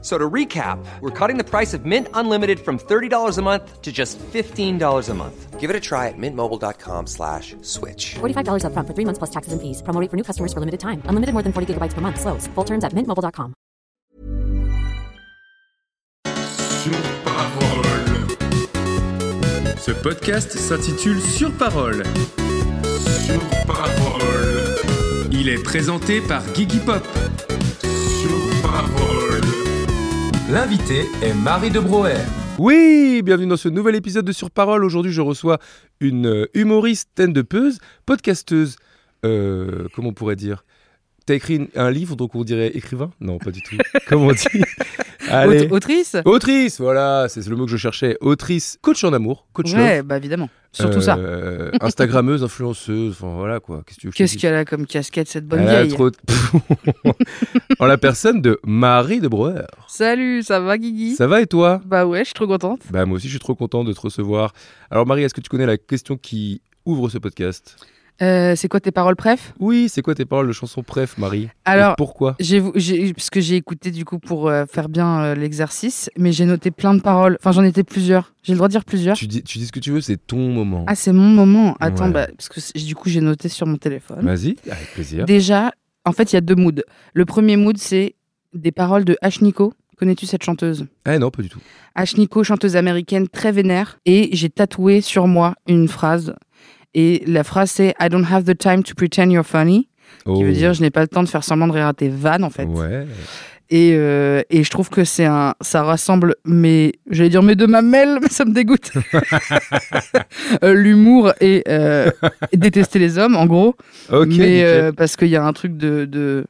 So to recap, we're cutting the price of Mint Unlimited from $30 a month to just $15 a month. Give it a try at mintmobile.com slash switch. $45 upfront for three months plus taxes and fees. Promo rate for new customers for limited time. Unlimited more than 40 gigabytes per month. Slows. Full terms at mintmobile.com. Ce podcast s'intitule Sur Parole. Il est présenté par Gigi Pop. L'invité est Marie de Broer. Oui, bienvenue dans ce nouvel épisode de Sur Parole. Aujourd'hui, je reçois une euh, humoriste, stand-upeuse, podcasteuse. euh, comment on pourrait dire T'as écrit une- un livre, donc on dirait écrivain Non, pas du tout. comment on dit Allez. Aut- Autrice Autrice, voilà, c'est le mot que je cherchais. Autrice, coach en amour, coach Ouais, bah évidemment. love, Surtout ça. euh, Instagrammeuse, influenceuse, enfin voilà quoi. Qu'est-ce que tu veux que je te Qu'est-ce dise qu'elle a comme casquette, cette bonne Elle a vieille trop- en la personne de Marie de Breuer. Salut, ça va, Guigui Ça va et toi Bah ouais, je suis trop contente. Bah moi aussi je suis trop content de te recevoir. Alors Marie, est-ce que tu connais la question qui ouvre ce podcast Euh, c'est quoi tes paroles, préf Oui, c'est quoi tes paroles de chanson préf Marie Et Alors, pourquoi j'ai, vou- j'ai- parce que j'ai écouté du coup pour euh, faire bien euh, l'exercice, mais j'ai noté plein de paroles. Enfin, j'en étais plusieurs. J'ai le droit de dire plusieurs. tu dis, tu dis ce que tu veux, c'est ton moment. Ah, c'est mon moment. Attends, Ouais. bah, parce que c'est- du coup, j'ai noté sur mon téléphone. Vas-y, avec plaisir. Déjà, en fait, il y a deux moods. Le premier mood, c'est des paroles de H. Nico. Connais-tu cette chanteuse Ah non, pas du tout. Ashniko, chanteuse américaine très vénère. Et j'ai tatoué sur moi une phrase. Et la phrase c'est I don't have the time to pretend you're funny. Qui veut dire je n'ai pas le temps de faire semblant de rire à tes vannes en fait. Oh. Ouais. Et, euh, et je trouve que c'est un, ça rassemble mes, j'allais dire mes deux mamelles, mais ça me dégoûte. Euh, L'humour et euh, détester les hommes en gros. Ok. mais nickel. euh, parce qu'il y a un truc de, de-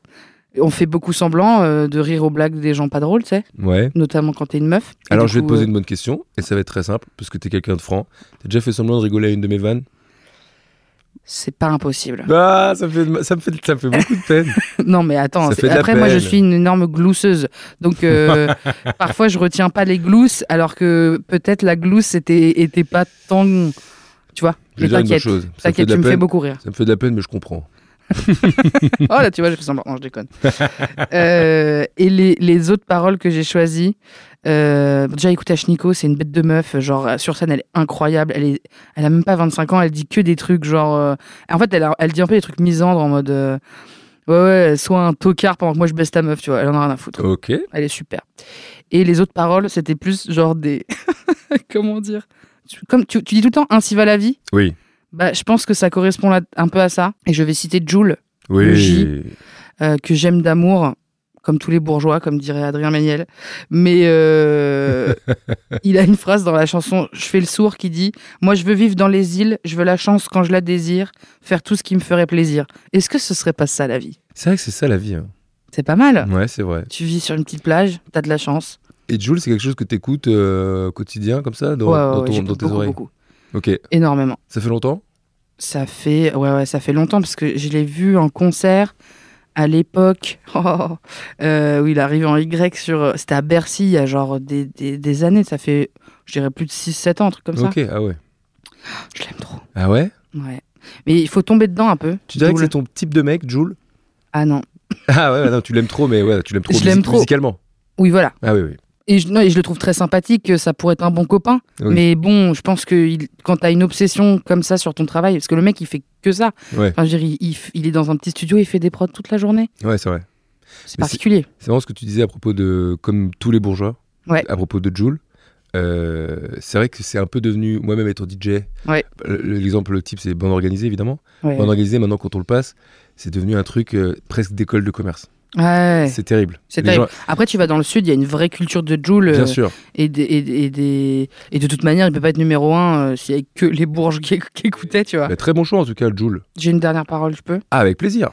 on fait beaucoup semblant euh, de rire aux blagues des gens pas drôles, tu sais, Ouais. notamment quand t'es une meuf. Et Alors du je vais te coup, poser euh, une bonne question et ça va être très simple parce que t'es quelqu'un de franc. T'as déjà fait semblant de rigoler à une de mes vannes C'est pas impossible. Ah, ça me fait, de- ça me fait, ça me fait beaucoup de peine. Non, mais attends, Ça c'est- fait de la après, moi, je peine. suis une énorme glousseuse. Donc, euh, parfois, je retiens pas les glousses, alors que peut-être la glousse était, était pas tant. Tu vois Je vais dire une Mais autre t'inquiète, chose. Ça me fait t'inquiète, de tu la me fais peine. beaucoup rire. Ça me fait de la peine, mais je comprends. Oh là, tu vois, j'ai fait semblant. Non, je déconne. Euh, et les, les autres paroles que j'ai choisies. euh, déjà, écoute, Ashniko, c'est une bête de meuf. Genre, euh, sur scène, elle est incroyable. Elle, est, elle a même pas 25 ans. Elle dit que des trucs, genre. euh, en fait, elle, a- elle dit un peu des trucs misandres en mode. euh, ouais, ouais, sois un tocard pendant que moi je baisse ta meuf, tu vois. Elle en a rien à foutre. Ok. Elle est super. Et les autres paroles, c'était plus genre des. Comment dire Tu- Comme tu, tu dis tout le temps, ainsi va la vie. Oui. Bah, je pense que ça correspond là- un peu à ça. Et je vais citer Jules, Le Oui. J. euh, que j'aime d'amour, comme tous les bourgeois, comme dirait Adrien Méniel. Mais euh, il a une phrase dans la chanson Je fais le sourd qui dit Moi, je veux vivre dans les îles, je veux la chance quand je la désire, faire tout ce qui me ferait plaisir. Est-ce que ce serait pas ça la vie C'est vrai que c'est ça la vie. hein. C'est pas mal. Ouais, c'est vrai. Tu vis sur une petite plage, t'as de la chance. Et Jules, c'est quelque chose que t'écoutes euh, au quotidien comme ça dans, Ouais, ouais, dans ouais, ton- j'écoute dans tes beaucoup, oreilles. beaucoup. Ok. Énormément. Ça fait longtemps Ça fait, ouais, ouais, ça fait longtemps parce que je l'ai vu en concert à l'époque oh, euh, où il arrive en Y sur. C'était à Bercy il y a genre des, des- des années. Ça fait, je dirais, plus de 6-7 ans, un truc comme Ok, ah ouais. ça. Je l'aime trop. Ah ouais Ouais. Mais il faut tomber dedans un peu. Tu dirais que Jul. c'est ton type de mec, Jules Ah non. Ah ouais, ouais, non, tu l'aimes trop, mais ouais, tu l'aimes trop, Je l'aime musi- trop. musicalement. Oui, voilà. Ah oui, oui. Et je, non, et je le trouve très sympathique, ça pourrait être un bon copain. Oui. Mais bon, je pense que il- quand t'as une obsession comme ça sur ton travail, parce que le mec, il fait que ça. Ouais. Enfin, je veux dire, il, il f- il est dans un petit studio, il fait des prods toute la journée. Ouais, c'est vrai. C'est Mais particulier. C'est vraiment ce que tu disais à propos de. Comme tous les bourgeois, Ouais. à propos de Jules. euh, c'est vrai que c'est un peu devenu, moi-même étant DJ, Ouais. le- l'exemple le type c'est bande organisée évidemment. Ouais. Bande organisée maintenant quand on le passe, c'est devenu un truc euh, presque d'école de commerce. Ouais. C'est terrible. C'est Les terrible. gens- Après, tu vas dans le sud, il y a une vraie culture de Joule. bien euh, sûr. Et, des- et, des- et des- et de toute manière, il peut pas être numéro un euh, s'il y avait que les bourges qui, éc- qui écoutaient, tu vois. Mais très bon choix en tout cas, Jules. J'ai une dernière parole, je peux Ah, avec plaisir.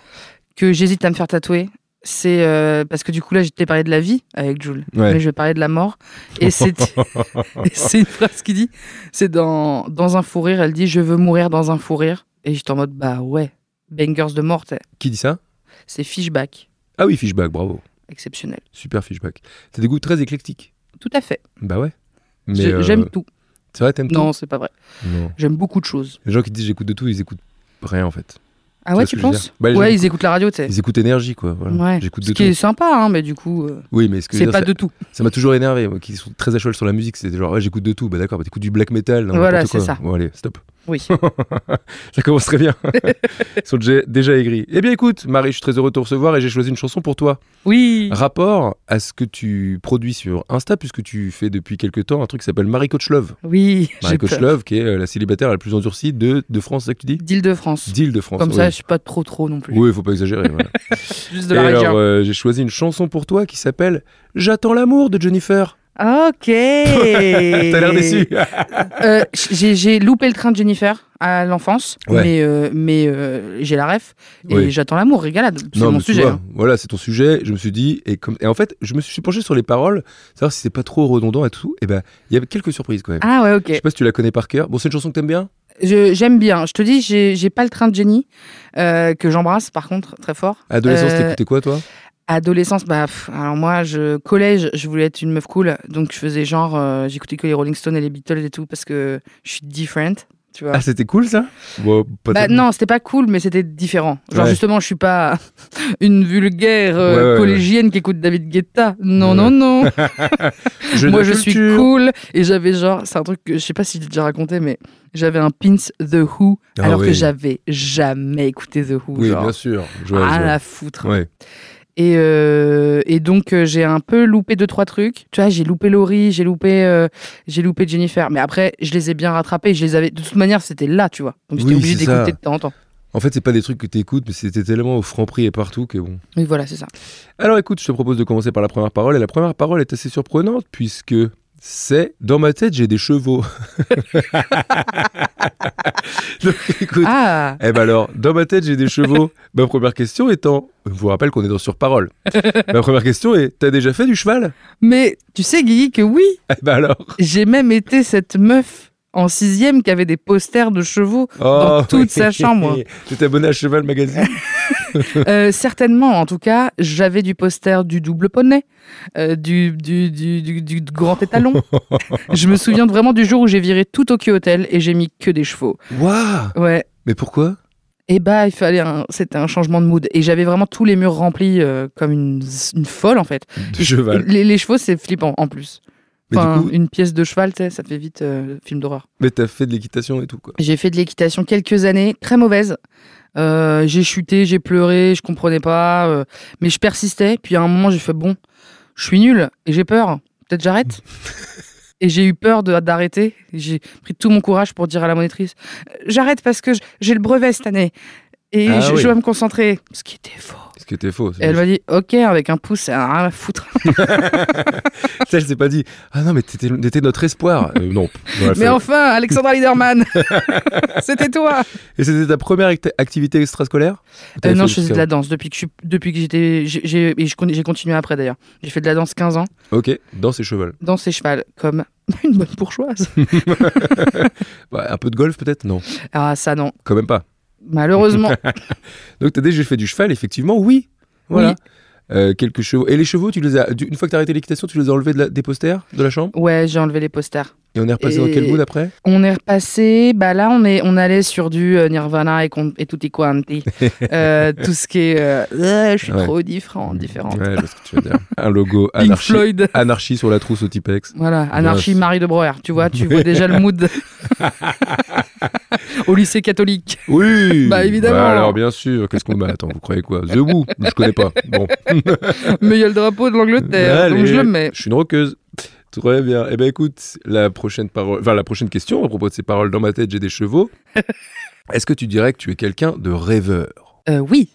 Que j'hésite à me faire tatouer. C'est euh, parce que du coup, là, je t'ai parlé de la vie avec Joule. Ouais. Mais je vais parler de la mort. Et c'est et c'est une phrase qui dit c'est dans, dans un fou rire, elle dit Je veux mourir dans un fou rire. Et j'étais en mode Bah ouais, bangers de mort, t'sais. Qui dit ça c'est fishback. Ah oui, Fishback, bravo. exceptionnel. Super Fishback. T'as des goûts très éclectiques. Tout à fait. Bah ouais. Mais, J'ai- euh, J'aime tout. C'est vrai, t'aimes tout Non, c'est pas vrai. Non. J'aime beaucoup de choses. Les gens qui disent j'écoute de tout, ils écoutent rien en fait. Ah ouais, Tu tu vois ce que je veux penses dire Bah, les gens Ouais, ils écoutent la radio, tu sais. Ils écoutent énergie quoi. Voilà. Ouais. J'écoute Ce de qui tout. est sympa, hein, mais du coup, euh, Oui, mais ce que je veux dire, c'est ça- pas de tout. ça m'a toujours énervé, moi, qui sont très à cheval sur la musique. C'était genre, ouais, j'écoute de tout. Bah d'accord, bah t'écoutes du black metal. non, Voilà, n'importe c'est quoi. ça. Bon, allez, stop. Oui. ça commence très bien. Ils sont déjà, déjà aigris. Eh bien, écoute, Marie, je suis très heureux de te recevoir et j'ai choisi une chanson pour toi. Oui. Rapport à ce que tu produis sur Insta, puisque tu fais depuis quelques temps un truc qui s'appelle Marie Coach Love. Oui. Marie Coach Love, qui est euh, la célibataire la plus endurcie de, de France, c'est ça que tu dis D'Île-de-France. D'Île-de-France. Comme oui. ça, je suis pas trop trop non plus. Oui, faut pas exagérer. voilà. Juste de la et région. alors, euh, j'ai choisi une chanson pour toi qui s'appelle J'attends l'amour de Jennifer. euh, Ok. Ah, T'as l'air déçu. Euh, j'ai, j'ai loupé le train de Jennifer à l'enfance, Ouais. mais, euh, mais euh, j'ai la ref et Oui. j'attends l'amour. Régalade, c'est Non, mon mais tu sujet. vois, hein. Voilà, c'est ton sujet. Je me suis dit, et, comme, et en fait, je me suis penché sur les paroles, savoir si c'est pas trop redondant et tout. Et ben, il y avait quelques surprises quand même. Ah ouais, Je ok. sais pas si tu la connais par cœur. Bon, c'est une chanson que t'aimes bien Je- j'aime bien. Je te dis, j'ai, j'ai pas le train de Jenny euh, que j'embrasse par contre très fort. Adolescence, Euh, t'écoutais quoi, toi Adolescence, bah pff, alors moi, je collège, je voulais être une meuf cool, donc je faisais genre, euh, j'écoutais que les Rolling Stones et les Beatles et tout parce que je suis different, tu vois. Ah, c'était cool ça Bon, pas Bah, tellement. non, c'était pas cool, mais c'était différent. Genre, Ouais. justement, je suis pas une vulgaire euh, Ouais, ouais, ouais. collégienne qui écoute David Guetta. Non, Ouais. non, non. Jeu de Moi, la je suis culture. cool. Et j'avais genre, c'est un truc que je sais pas si j'ai déjà raconté, mais j'avais un pins The Who, Ah alors que oui. j'avais jamais écouté The Who. Oui, genre. bien sûr. Je vois, à je vois. la foutre. Ouais. Et, euh, et donc, euh, j'ai un peu loupé deux, trois trucs. Tu vois, j'ai loupé Laurie, j'ai loupé, euh, j'ai loupé Jennifer. Mais après, je les ai bien rattrapés. Je les avais, de toute manière, c'était là, tu vois. Donc, j'étais Oui, obligé c'est ça. d'écouter de temps en temps. En fait, c'est pas des trucs que t'écoutes, mais c'était tellement au franc prix et partout que bon. Oui, voilà, c'est ça. Alors écoute, je te propose de commencer par la première parole. Et la première parole est assez surprenante puisque c'est Dans ma tête, j'ai des chevaux. Donc écoute. Ah! Eh ben alors, dans ma tête, j'ai des chevaux. Ma première question étant, je vous rappelle qu'on est dans sur parole. Ma première question est, t'as déjà fait du cheval Mais tu sais, Guigui, que oui, Eh ben alors. j'ai même été cette meuf en sixième qui avait des posters de chevaux. Oh, toute oui. sa chambre. Tu t'es abonné à Cheval Magazine Euh, certainement, en tout cas, j'avais du poster du double poney, euh, du, du, du, du- du grand étalon. Je me souviens vraiment du jour où j'ai viré tout Tokyo Hotel et j'ai mis que des chevaux. Waouh Ouais. Mais pourquoi Et bah, il fallait un... c'était un changement de mood. Et j'avais vraiment tous les murs remplis euh, comme une, une folle, en fait. Du cheval. Les, les chevaux, c'est flippant, en plus. Mais Enfin, du coup, une pièce de cheval, tu sais, ça fait vite euh, film d'horreur. mais t'as fait de l'équitation et tout quoi. J'ai fait de l'équitation quelques années, très mauvaise. Euh, j'ai chuté, j'ai pleuré, je comprenais pas, euh, mais je persistais. Puis à un moment, j'ai fait bon, je suis nul et j'ai peur. Peut-être j'arrête. et j'ai eu peur de- d'arrêter. J'ai pris tout mon courage pour dire à la monitrice Euh, j'arrête parce que j- j'ai le brevet cette année et Ah je, oui. je dois me concentrer. Ce qui était faux. Parce que t'es faux. c'est Et elle juste. m'a dit ok avec un pouce, ça a rien à foutre. Ça, je t'ai pas dit. Ah non, mais t'étais t'étais notre espoir. Euh, non. dans la mais feuille. enfin, Alexandra Liderman, c'était toi. Et c'était ta première act- activité extrascolaire Ou Euh, t'avais fait non, je faisais de jusqu'à- la danse depuis que je suis- depuis que j'étais j'ai- j'ai et je con- j'ai continué après d'ailleurs. J'ai fait de la danse 15 ans, Ok, dans ses chevals. danse et cheval comme une bonne bourgeoise. Bah, un peu de golf peut-être Non, ah ça non, quand même pas. malheureusement. Donc t'as déjà fait du cheval, effectivement, oui. Voilà. Euh, quelques chevaux. Et les chevaux, tu les as. du- Une fois que t'as arrêté l'équitation, tu les as enlevés de la- des posters de la chambre Ouais, j'ai enlevé les posters. Et on est repassé dans Et- quel mood après On est repassé, bah là on est on allait sur du euh, Nirvana et, con- et tutti quanti. Euh, tout ce qui est euh, Euh, je suis Ouais. trop différent, différente. Ouais, je vois ce que tu veux dire. Un logo Pink anarchie, Floyd. Bah, anarchie sur la trousse au Tipex. Voilà, anarchie Yes. Marie de Breuer, tu vois, tu vois déjà le mood. Au lycée catholique. Oui Bah, évidemment. Alors bien sûr, qu'est-ce qu'on. Bah, attends, vous croyez quoi The Who Je connais pas. Bon. Mais il y a le drapeau de l'Angleterre, donc Allez, je le mets. Je suis une roqueuse. Très bien. Eh ben écoute, la prochaine parole, enfin la prochaine question à propos de ces paroles dans ma tête, j'ai des chevaux. Est-ce que tu dirais que tu es quelqu'un de rêveur Euh, oui,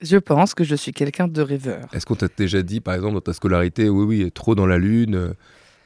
je pense que je suis quelqu'un de rêveur. Est-ce qu'on t'a déjà dit, par exemple, dans ta scolarité, oui, oui, trop dans la lune, euh,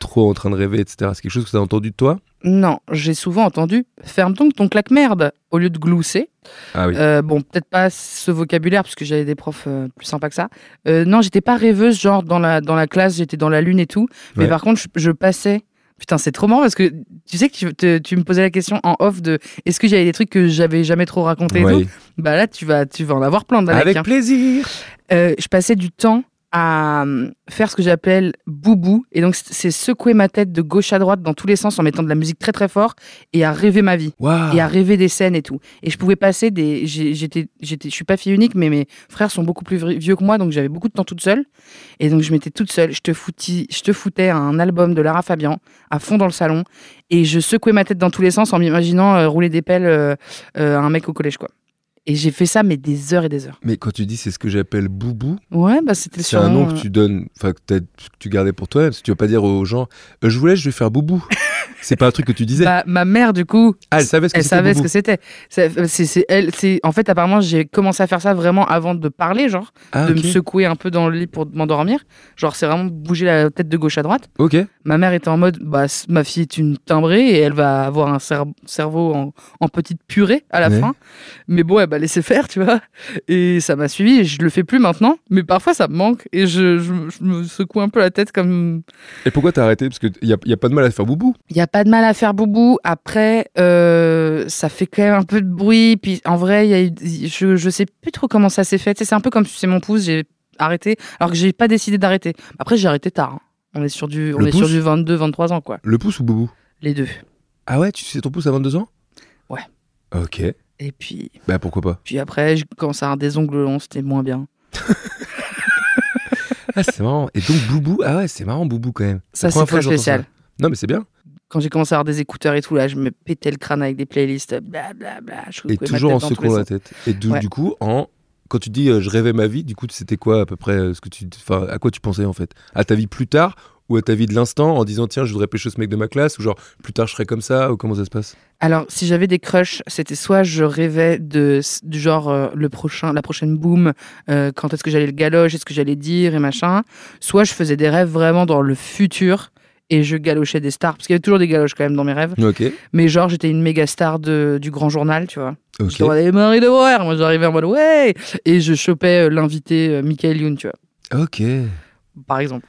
trop en train de rêver, etc. C'est quelque chose que tu as entendu de toi Non, j'ai souvent entendu ferme donc ton claque-merde au lieu de glousser. Ah oui. Euh, bon, peut-être pas ce vocabulaire parce que j'avais des profs euh, plus sympas que ça. Euh, non, j'étais pas rêveuse, genre dans la, dans la classe, j'étais dans la lune et tout. Mais Ouais. par contre, je, je passais. Putain, c'est trop marrant parce que tu sais que tu, te- tu me posais la question en off de est-ce que j'avais des trucs que j'avais jamais trop raconté et Ouais. tout. Bah là, tu vas, tu vas en avoir plein de la Avec plaisir Euh, je passais du temps à euh, faire ce que j'appelle boubou. Et donc, c'est secouer ma tête de gauche à droite dans tous les sens en mettant de la musique très très fort et à rêver ma vie. Waouh. Et à rêver des scènes et tout. Et je pouvais passer des. j'ai- J'étais, j'étais, je suis pas fille unique, mais mes frères sont beaucoup plus vri- vieux que moi, donc j'avais beaucoup de temps toute seule. Et donc je m'étais toute seule. Je te foutis, je te foutais un album de Lara Fabian à fond dans le salon, et je secouais ma tête dans tous les sens en m'imaginant euh, rouler des pelles euh, euh, à un mec au collège, quoi. Et j'ai fait ça, mais des heures et des heures. Mais quand tu dis c'est ce que j'appelle boubou, Ouais, bah c'était c'est un nom surnom, que euh, tu donnes, enfin que, t'as- que tu gardais pour toi-même, parce que tu vas pas dire aux gens, Euh, je voulais, je vais faire boubou. c'est pas un truc que tu disais. bah, ma mère, du coup, ah, elle savait ce que elle c'était savait ce boubou. que c'était. C'est- c'est- c'est elle- c'est- En fait, apparemment, j'ai commencé à faire ça vraiment avant de parler, genre. Ah, de ok. me secouer un peu dans le lit pour m'endormir. Genre, c'est vraiment bouger la tête de gauche à droite. Ok. Ma mère était en mode, bah, c- ma fille est une timbrée et elle va avoir un cer- cerveau en, en petite purée à la Ouais. fin. Mais bon, elle m'a laissé faire, tu vois. Et ça m'a suivi et je le fais plus maintenant. Mais parfois, ça me manque et je, je- je me secoue un peu la tête comme. Et pourquoi t'as arrêté Parce qu'il n'y a, y a pas de mal à faire boubou. Il n'y a pas de mal à faire boubou. Après, euh, ça fait quand même un peu de bruit. Puis en vrai, il y a eu- je, je sais plus trop comment ça s'est fait. Tu sais, C'est un peu comme sucer mon pouce. J'ai arrêté, alors que j'ai pas décidé d'arrêter. Après, j'ai arrêté tard. hein. On est sur du, on Le est sur pouce du 22, 23 ans, quoi. Le pouce ou boubou Les deux. Ah ouais, tu sais ton pouce à 22 ans Ouais. Ok. Et puis, Bah pourquoi pas puis après, je commence à avoir des ongles longs. C'était moins bien. Ah, c'est marrant. Et donc, Boubou, ah ouais, c'est marrant, Boubou quand même. Ça, La première c'est fois très que j'entends spécial. ça. Non, mais c'est bien. Quand j'ai commencé à avoir des écouteurs et tout, là, je me pétais le crâne avec des playlists. Blablabla. Je Et secouais ma toujours tête en dans tous les secouant la sens. tête. Et du, Ouais. du coup, en. Quand tu dis euh, je rêvais ma vie, du coup, c'était quoi à peu près euh, ce que tu, enfin, à quoi tu pensais en fait À ta vie plus tard ou à ta vie de l'instant en disant tiens, je voudrais pêcher ce mec de ma classe ou genre plus tard je serai comme ça ou comment ça se passe Alors, si j'avais des crushs, c'était soit je rêvais de du genre euh, le prochain, la prochaine boom, euh, quand est-ce que j'allais le galoche, est-ce que j'allais dire et machin, soit je faisais des rêves vraiment dans le futur et je galochais des stars parce qu'il y avait toujours des galoches quand même dans mes rêves, Ok. mais genre j'étais une méga star de, du grand journal, tu vois. Ok. Je regardais eh, Marie de Boer, moi j'arrivais en mode ouais et je chopais euh, l'invité euh, Michael Youn, tu vois, Ok. par exemple.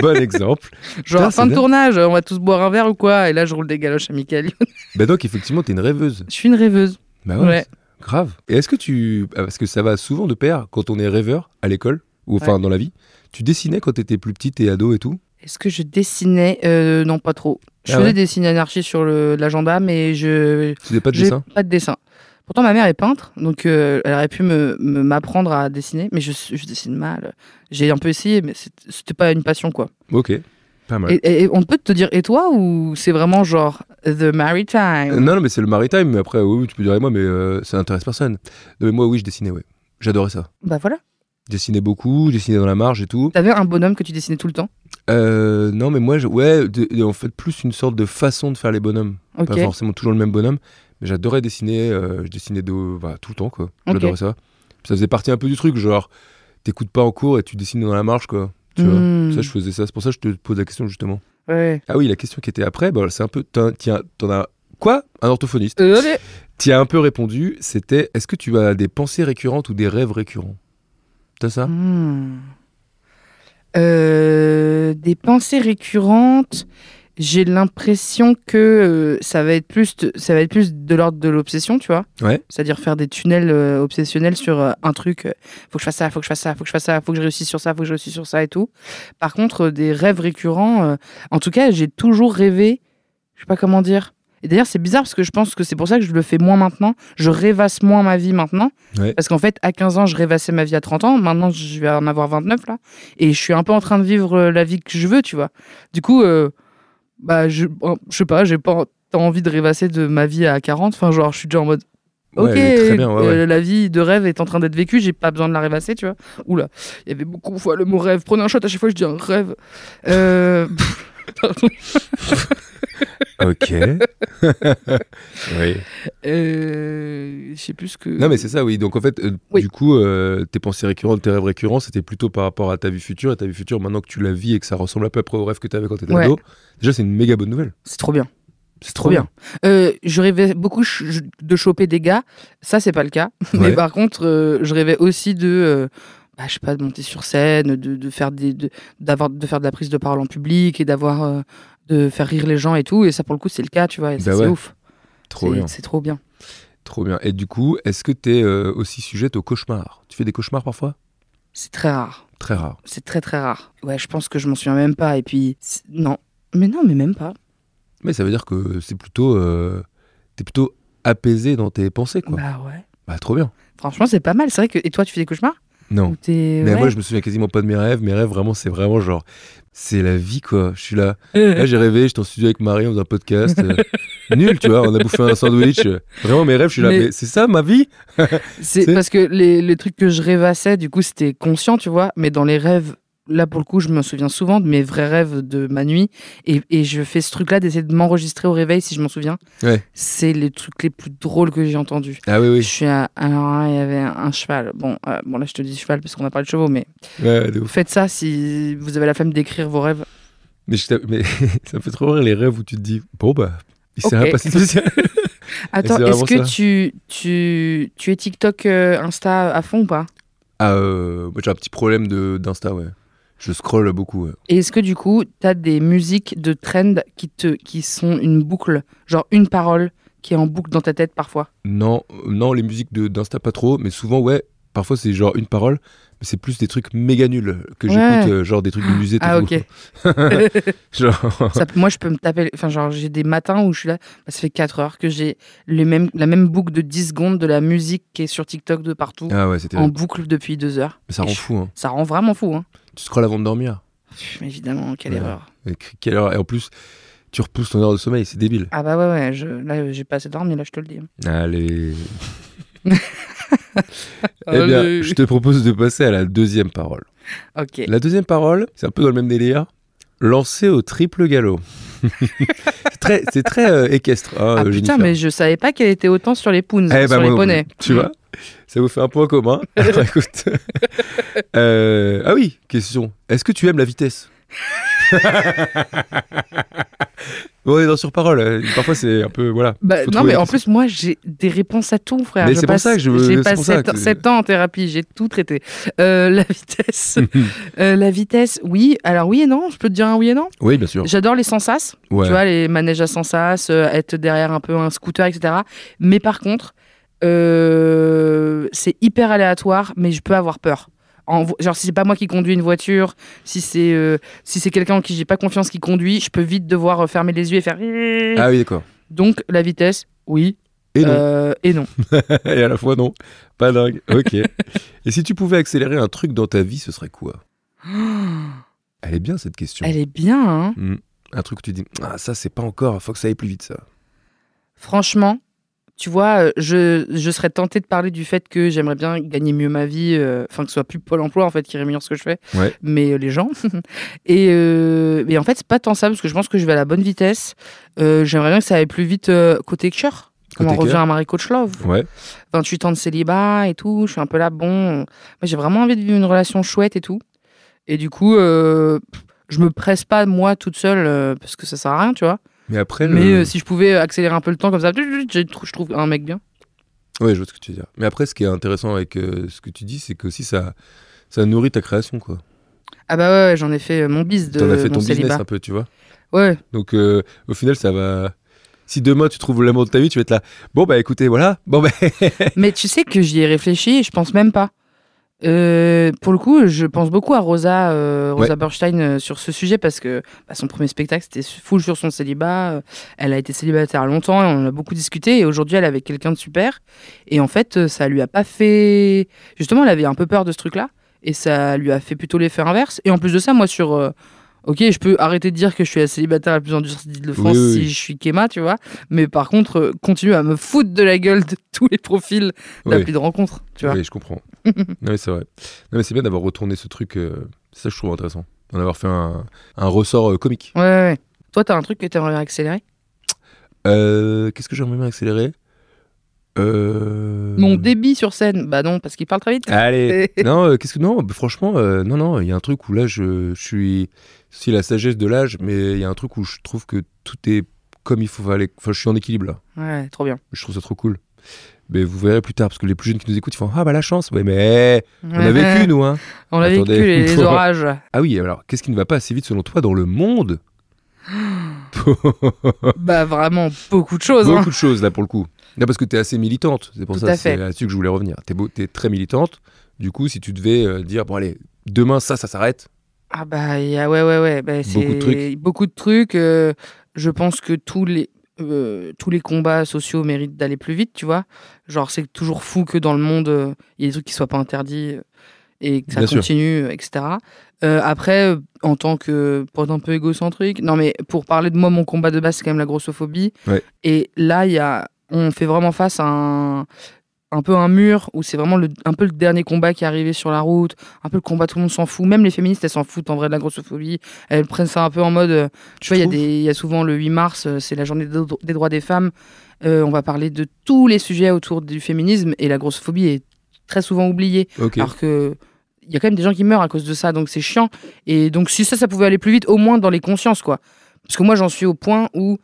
bon exemple. Genre Putain, c'est fin de bien. tournage, on va tous boire un verre ou quoi et là je roule des galoches à Michael Youn. Bah donc, effectivement, t'es une rêveuse. Je suis une rêveuse. Bah Ouais. c'est Grave. Et est-ce que tu. ah, Parce que ça va souvent de pair quand on est rêveur à l'école, ou enfin dans la vie. Tu dessinais quand t'étais plus petite et ado et tout Est-ce que je dessinais Euh, Non, pas trop. Je Ah faisais ouais des signes anarchistes sur le- l'agenda, mais je Tu faisais pas de j'ai dessin pas de dessin. Pourtant, ma mère est peintre, donc euh, elle aurait pu me- me- m'apprendre à dessiner, mais je, je dessine mal. J'ai un peu essayé, mais c'est- c'était pas une passion, quoi. Ok. Pas mal. Et, et- et on peut te dire, et toi, ou c'est vraiment genre The Maritime Euh, Non, non, mais c'est le maritime. Mais après, oui, oui, tu peux dire, et moi, mais euh, ça n'intéresse personne. Non, mais moi, oui, je dessinais, ouais. J'adorais ça. Bah voilà. Je dessinais beaucoup, je dessinais dans la marge et tout. T'avais un bonhomme que tu dessinais tout le temps. Euh, non, mais moi, je- ouais, de- de- en fait, plus une sorte de façon de faire les bonhommes. Ok. Pas forcément toujours le même bonhomme, mais j'adorais dessiner. euh, je dessinais de, bah, tout le temps, quoi. Ok. J'adorais ça. Puis ça faisait partie un peu du truc, genre, t'écoutes pas en cours et tu dessines dans la marge, quoi. Tu Hmm. vois Ça, je faisais ça. C'est pour ça que je te pose la question, justement. Ouais. Ah oui, la question qui était après, bah, c'est un peu. t'en- Tiens, t'en as. Quoi Un orthophoniste Euh, allez. Tu as un peu répondu, c'était est-ce que tu as des pensées récurrentes ou des rêves récurrents T'as ça Hmm. Euh, des pensées récurrentes. J'ai l'impression que euh, ça va être plus, de- ça va être plus de l'ordre de l'obsession, tu vois. Ouais. C'est-à-dire faire des tunnels euh, obsessionnels sur euh, un truc. euh, faut que je fasse ça, faut que je fasse ça, faut que je fasse ça, faut que je réussisse sur ça, faut que je réussisse sur ça et tout. Par contre, euh, des rêves récurrents. euh, en tout cas, j'ai toujours rêvé. Je sais pas comment dire. Et d'ailleurs, c'est bizarre parce que je pense que c'est pour ça que je le fais moins maintenant. Je rêvasse moins ma vie maintenant. Ouais. Parce qu'en fait, à 15 ans, je rêvassais ma vie à 30 ans. Maintenant, je vais en avoir 29 là. Et je suis un peu en train de vivre euh, la vie que je veux, tu vois. Du coup, euh, bah, je, oh, je sais pas, j'ai pas tant envie de rêvasser de ma vie à 40. Enfin, genre, je suis déjà en mode. Ouais, Ok, très bien, ouais, euh, la vie de rêve est en train d'être vécue, j'ai pas besoin de la rêvasser, tu vois. Oula, il y avait beaucoup de fois le mot rêve. Prenez un shot à chaque fois, je dis un rêve. Euh, Ok. oui. euh, je sais plus ce que. Non, mais c'est ça, oui. Donc en fait, euh, Oui. du coup, euh, tes pensées récurrentes, tes rêves récurrents, c'était plutôt par rapport à ta vie future. Et ta vie future, maintenant que tu la vis et que ça ressemble à peu près aux rêves que tu avais quand tu étais Ouais. ado, déjà, c'est une méga bonne nouvelle. C'est trop bien. C'est Trop bien. Euh, je rêvais beaucoup ch- je- de choper des gars. Ça, c'est pas le cas. Mais Ouais. par contre, euh, je rêvais aussi de, euh, bah, je sais pas, de monter sur scène, de, de faire des, de, d'avoir, de faire de la prise de parole en public et d'avoir, euh, de faire rire les gens et tout. Et ça, pour le coup, c'est le cas, tu vois. Et ça, Bah c'est ouais. ouf. Trop c'est, bien. c'est trop bien. Trop bien. euh, Et du coup, est-ce que tu es aussi sujette aux cauchemars Tu fais des cauchemars parfois C'est très rare. Très rare. C'est très très rare. Ouais, je pense que je m'en souviens même pas. Et puis, c'est- non. Mais non, mais même pas. Mais ça veut dire que c'est plutôt. euh, T'es plutôt apaisé dans tes pensées, quoi. Bah, Bah ouais. trop bien. Franchement, c'est pas mal. C'est vrai que. Et toi, tu fais des cauchemars Non. Ou t'es- Mais ouais. moi, je me souviens quasiment pas de mes rêves. Mes rêves, vraiment, c'est vraiment genre. C'est la vie, quoi. Je suis là. Là, j'ai rêvé, j'étais en studio avec Marie, on faisait un podcast. euh, nul, tu vois, on a bouffé un sandwich. euh, Vraiment, mes rêves, je suis là. Mais- Mais c'est ça, ma vie C'est C'est- parce que les, les trucs que je rêvassais, du coup, c'était conscient, tu vois. Mais dans les rêves, là, pour le coup, je me souviens souvent de mes vrais rêves de ma nuit. Et, et je fais ce truc-là d'essayer de m'enregistrer au réveil, si je m'en souviens. Ouais. C'est les trucs les plus drôles que j'ai entendus. Ah oui, Je oui. suis à... Alors, là, il y avait un, un cheval. Bon, euh, bon, là, je te dis cheval parce qu'on a parlé de chevaux, mais Ouais, de ouf. faites ça si vous avez la flemme d'écrire vos rêves. Mais, je t'a- mais ça me fait trop rire les rêves où tu te dis, bon, bah, il s'est Ok. rien passé de spécial. Attends, c'est est-ce vraiment que ça. tu, tu, tu es TikTok, euh, Insta à fond ou pas ah, euh, moi, j'ai un petit problème de- d'Insta, ouais. Je scrolle beaucoup. ouais. Et est-ce que du coup, t'as des musiques de trend qui, te, qui sont une boucle, genre une parole qui est en boucle dans ta tête parfois Non, euh, non, les musiques de- d'Insta, pas trop, mais souvent, ouais. Parfois, c'est genre une parole, mais c'est plus des trucs méga nuls que Ouais. j'écoute, euh, genre des trucs du musée. Ah tout. ok. genre, Ça- moi, je peux me taper. Enfin, genre, j'ai des matins où je suis là. bah, ça fait 4 heures que j'ai les mêmes, la même boucle de 10 secondes de la musique qui est sur TikTok de partout ah ouais, c'était. en boucle depuis 2 heures. Ça Et rend je- fou, hein. Ça rend vraiment fou. Hein. Tu scrolles avant de dormir. Pff, mais évidemment, quelle Ouais. erreur. Et qu- Euh, quelle heure Et en plus, tu repousses ton heure de sommeil, c'est débile. Ah bah ouais, ouais. je- là, euh, j'ai pas assez dormi, là, je te le dis. hein. Allez. Eh bien, je te propose de passer à la deuxième parole. Ok. La deuxième parole, c'est un peu dans le même délire. Lancer au triple galop. c'est très, c'est très euh, équestre. hein, Ah euh, putain, Jennifer. mais je savais pas qu'elle était autant sur les poons, Eh ben, sur moi les non plus. poneys. Tu vois Ça vous fait un point commun. Alors, écoute. Euh, ah oui, question. Est-ce que tu aimes la vitesse On est dans sur parole. euh, Parfois, c'est un peu. Voilà. Bah, faut non, trouver mais la en question. plus, moi, j'ai des réponses à tout, frère. Mais Je c'est pour passe- ça que je veux- J'ai c'est passé pour ça 7, que- ans en thérapie, j'ai tout traité. Euh, la vitesse. Euh, la vitesse, oui. Alors, oui et non, je peux te dire un oui et non. Oui, bien sûr. J'adore les sensas, Ouais. tu vois, les manèges à sensas, euh, être derrière un peu un scooter, etc. Mais par contre, euh, c'est hyper aléatoire, mais je peux avoir peur. En vo- genre, si c'est pas moi qui conduis une voiture, si c'est euh, si c'est quelqu'un en qui j'ai pas confiance qui conduit, je peux vite devoir euh, fermer les yeux et faire. Ah oui, d'accord. Donc, la vitesse, oui. Et non. Euh, et non. Et à la fois, non. Pas dingue. Ok. Et si tu pouvais accélérer un truc dans ta vie, ce serait quoi Elle est bien, cette question. Mm. Elle est bien, hein Un truc où tu dis Ah, ça, c'est pas encore. Faut que ça aille plus vite, ça. Franchement, tu vois, euh, je, je serais tentée de parler du fait que j'aimerais bien gagner mieux ma vie, euh, enfin que ce soit plus Pôle emploi en fait qui rémunère ce que je fais, Ouais. mais euh, les gens. et euh, mais en fait, c'est pas tant ça parce que je pense que je vais à la bonne vitesse. Euh, j'aimerais bien que ça aille plus vite euh, côté cœur. On Côté en revient cœur. à Marie Coachlove. Ouais. 28 ans de célibat et tout, je suis un peu là, bon, moi j'ai vraiment envie de vivre une relation chouette et tout. Et du coup, euh, je me presse pas moi toute seule euh, parce que ça sert à rien, tu vois. Mais après, le- Mais euh, si je pouvais accélérer un peu le temps comme ça, je trou- je trouve un mec bien. Ouais, je vois ce que tu veux dire. Mais après, ce qui est intéressant avec euh, ce que tu dis, c'est que aussi ça, ça nourrit ta création, quoi. Ah bah ouais, ouais, j'en ai fait euh, mon bis de T'en as fait mon ton célibat. business un peu, tu vois. Ouais, Donc, euh, au final, ça va. Si demain tu trouves l'amour de ta vie, tu vas être là. Bon, bah écoutez, voilà. Bon, bah. mais tu sais que j'y ai réfléchi et je pense même pas. Euh, pour le coup, je pense beaucoup à Rosa, euh, Rosa Ouais. Bernstein euh, sur ce sujet parce que bah, son premier spectacle c'était full sur son célibat. Euh, Elle a été célibataire longtemps et on en a beaucoup discuté. Et aujourd'hui, elle est avec quelqu'un de super. Et en fait, euh, ça lui a pas fait. Justement, elle avait un peu peur de ce truc-là et ça lui a fait plutôt l'effet inverse. Et en plus de ça, moi sur euh, Ok, je peux arrêter de dire que je suis la célibataire la plus endurcie de france Oui, oui, oui. si je suis Kema, tu vois. Mais par contre, euh, continue à me foutre de la gueule de tous les profils Oui, d'appli de rencontre, tu vois. oui, je comprends. non, mais c'est vrai. Non, mais c'est bien d'avoir retourné ce truc. euh, Ça, je trouve intéressant. D'en avoir fait un, un ressort euh, comique. Ouais, ouais. ouais. Toi, t'as un truc que t'aimerais bien accélérer Euh, Qu'est-ce que j'aimerais bien accélérer euh... Mon débit sur scène Bah non, parce qu'il parle très vite. Allez. non, euh, qu'est-ce que non bah, Franchement, euh, non, non. Il y a un truc où là, je, je suis, si la sagesse de l'âge, mais il y a un truc où je trouve que tout est comme il faut aller. Enfin, je suis en équilibre là. Ouais, trop bien. Je trouve ça trop cool. Mais vous verrez plus tard, parce que les plus jeunes qui nous écoutent, ils font ah bah la chance. Ouais, mais on a vécu nous, hein. On a vécu Attendez. les, les orages. Ah oui. Alors, qu'est-ce qui ne va pas assez vite selon toi dans le monde bah vraiment, beaucoup de choses. hein. Beaucoup de choses là pour le coup. Là, parce que tu es assez militante. C'est pour Tout ça à c'est fait. là-dessus que je voulais revenir. Tu es, très militante. Du coup, si tu devais euh, dire, bon allez, demain, ça, ça s'arrête. Ah bah il y a- ouais ouais ouais bah, c'est Beaucoup de trucs. beaucoup de trucs, euh, je pense que tous les euh, tous les combats sociaux méritent d'aller plus vite tu vois genre c'est toujours fou que dans le monde euh, il y ait des trucs qui soient pas interdits euh, et que ça Bien sûr. continue euh, etc Euh, après euh, en tant que pour être un peu égocentrique non mais pour parler de moi mon combat de base c'est quand même la grossophobie Ouais. et là il y a on fait vraiment face à un un peu un mur où c'est vraiment le, un peu le dernier combat qui est arrivé sur la route un peu le combat, tout le monde s'en fout. Même les féministes, elles s'en foutent en vrai de la grossophobie. Elles prennent ça un peu en mode. euh, Tu vois, il y, a des- il y a souvent le 8 mars, euh, c'est la journée des dro- des droits des femmes. Euh, on va parler de tous les sujets autour du féminisme et la grossophobie est très souvent oubliée. Ok. Alors que. Il y a quand même des gens qui meurent à cause de ça, donc c'est chiant. Et donc, si ça, ça pouvait aller plus vite, au moins dans les consciences, quoi. Parce que moi, j'en suis au point où.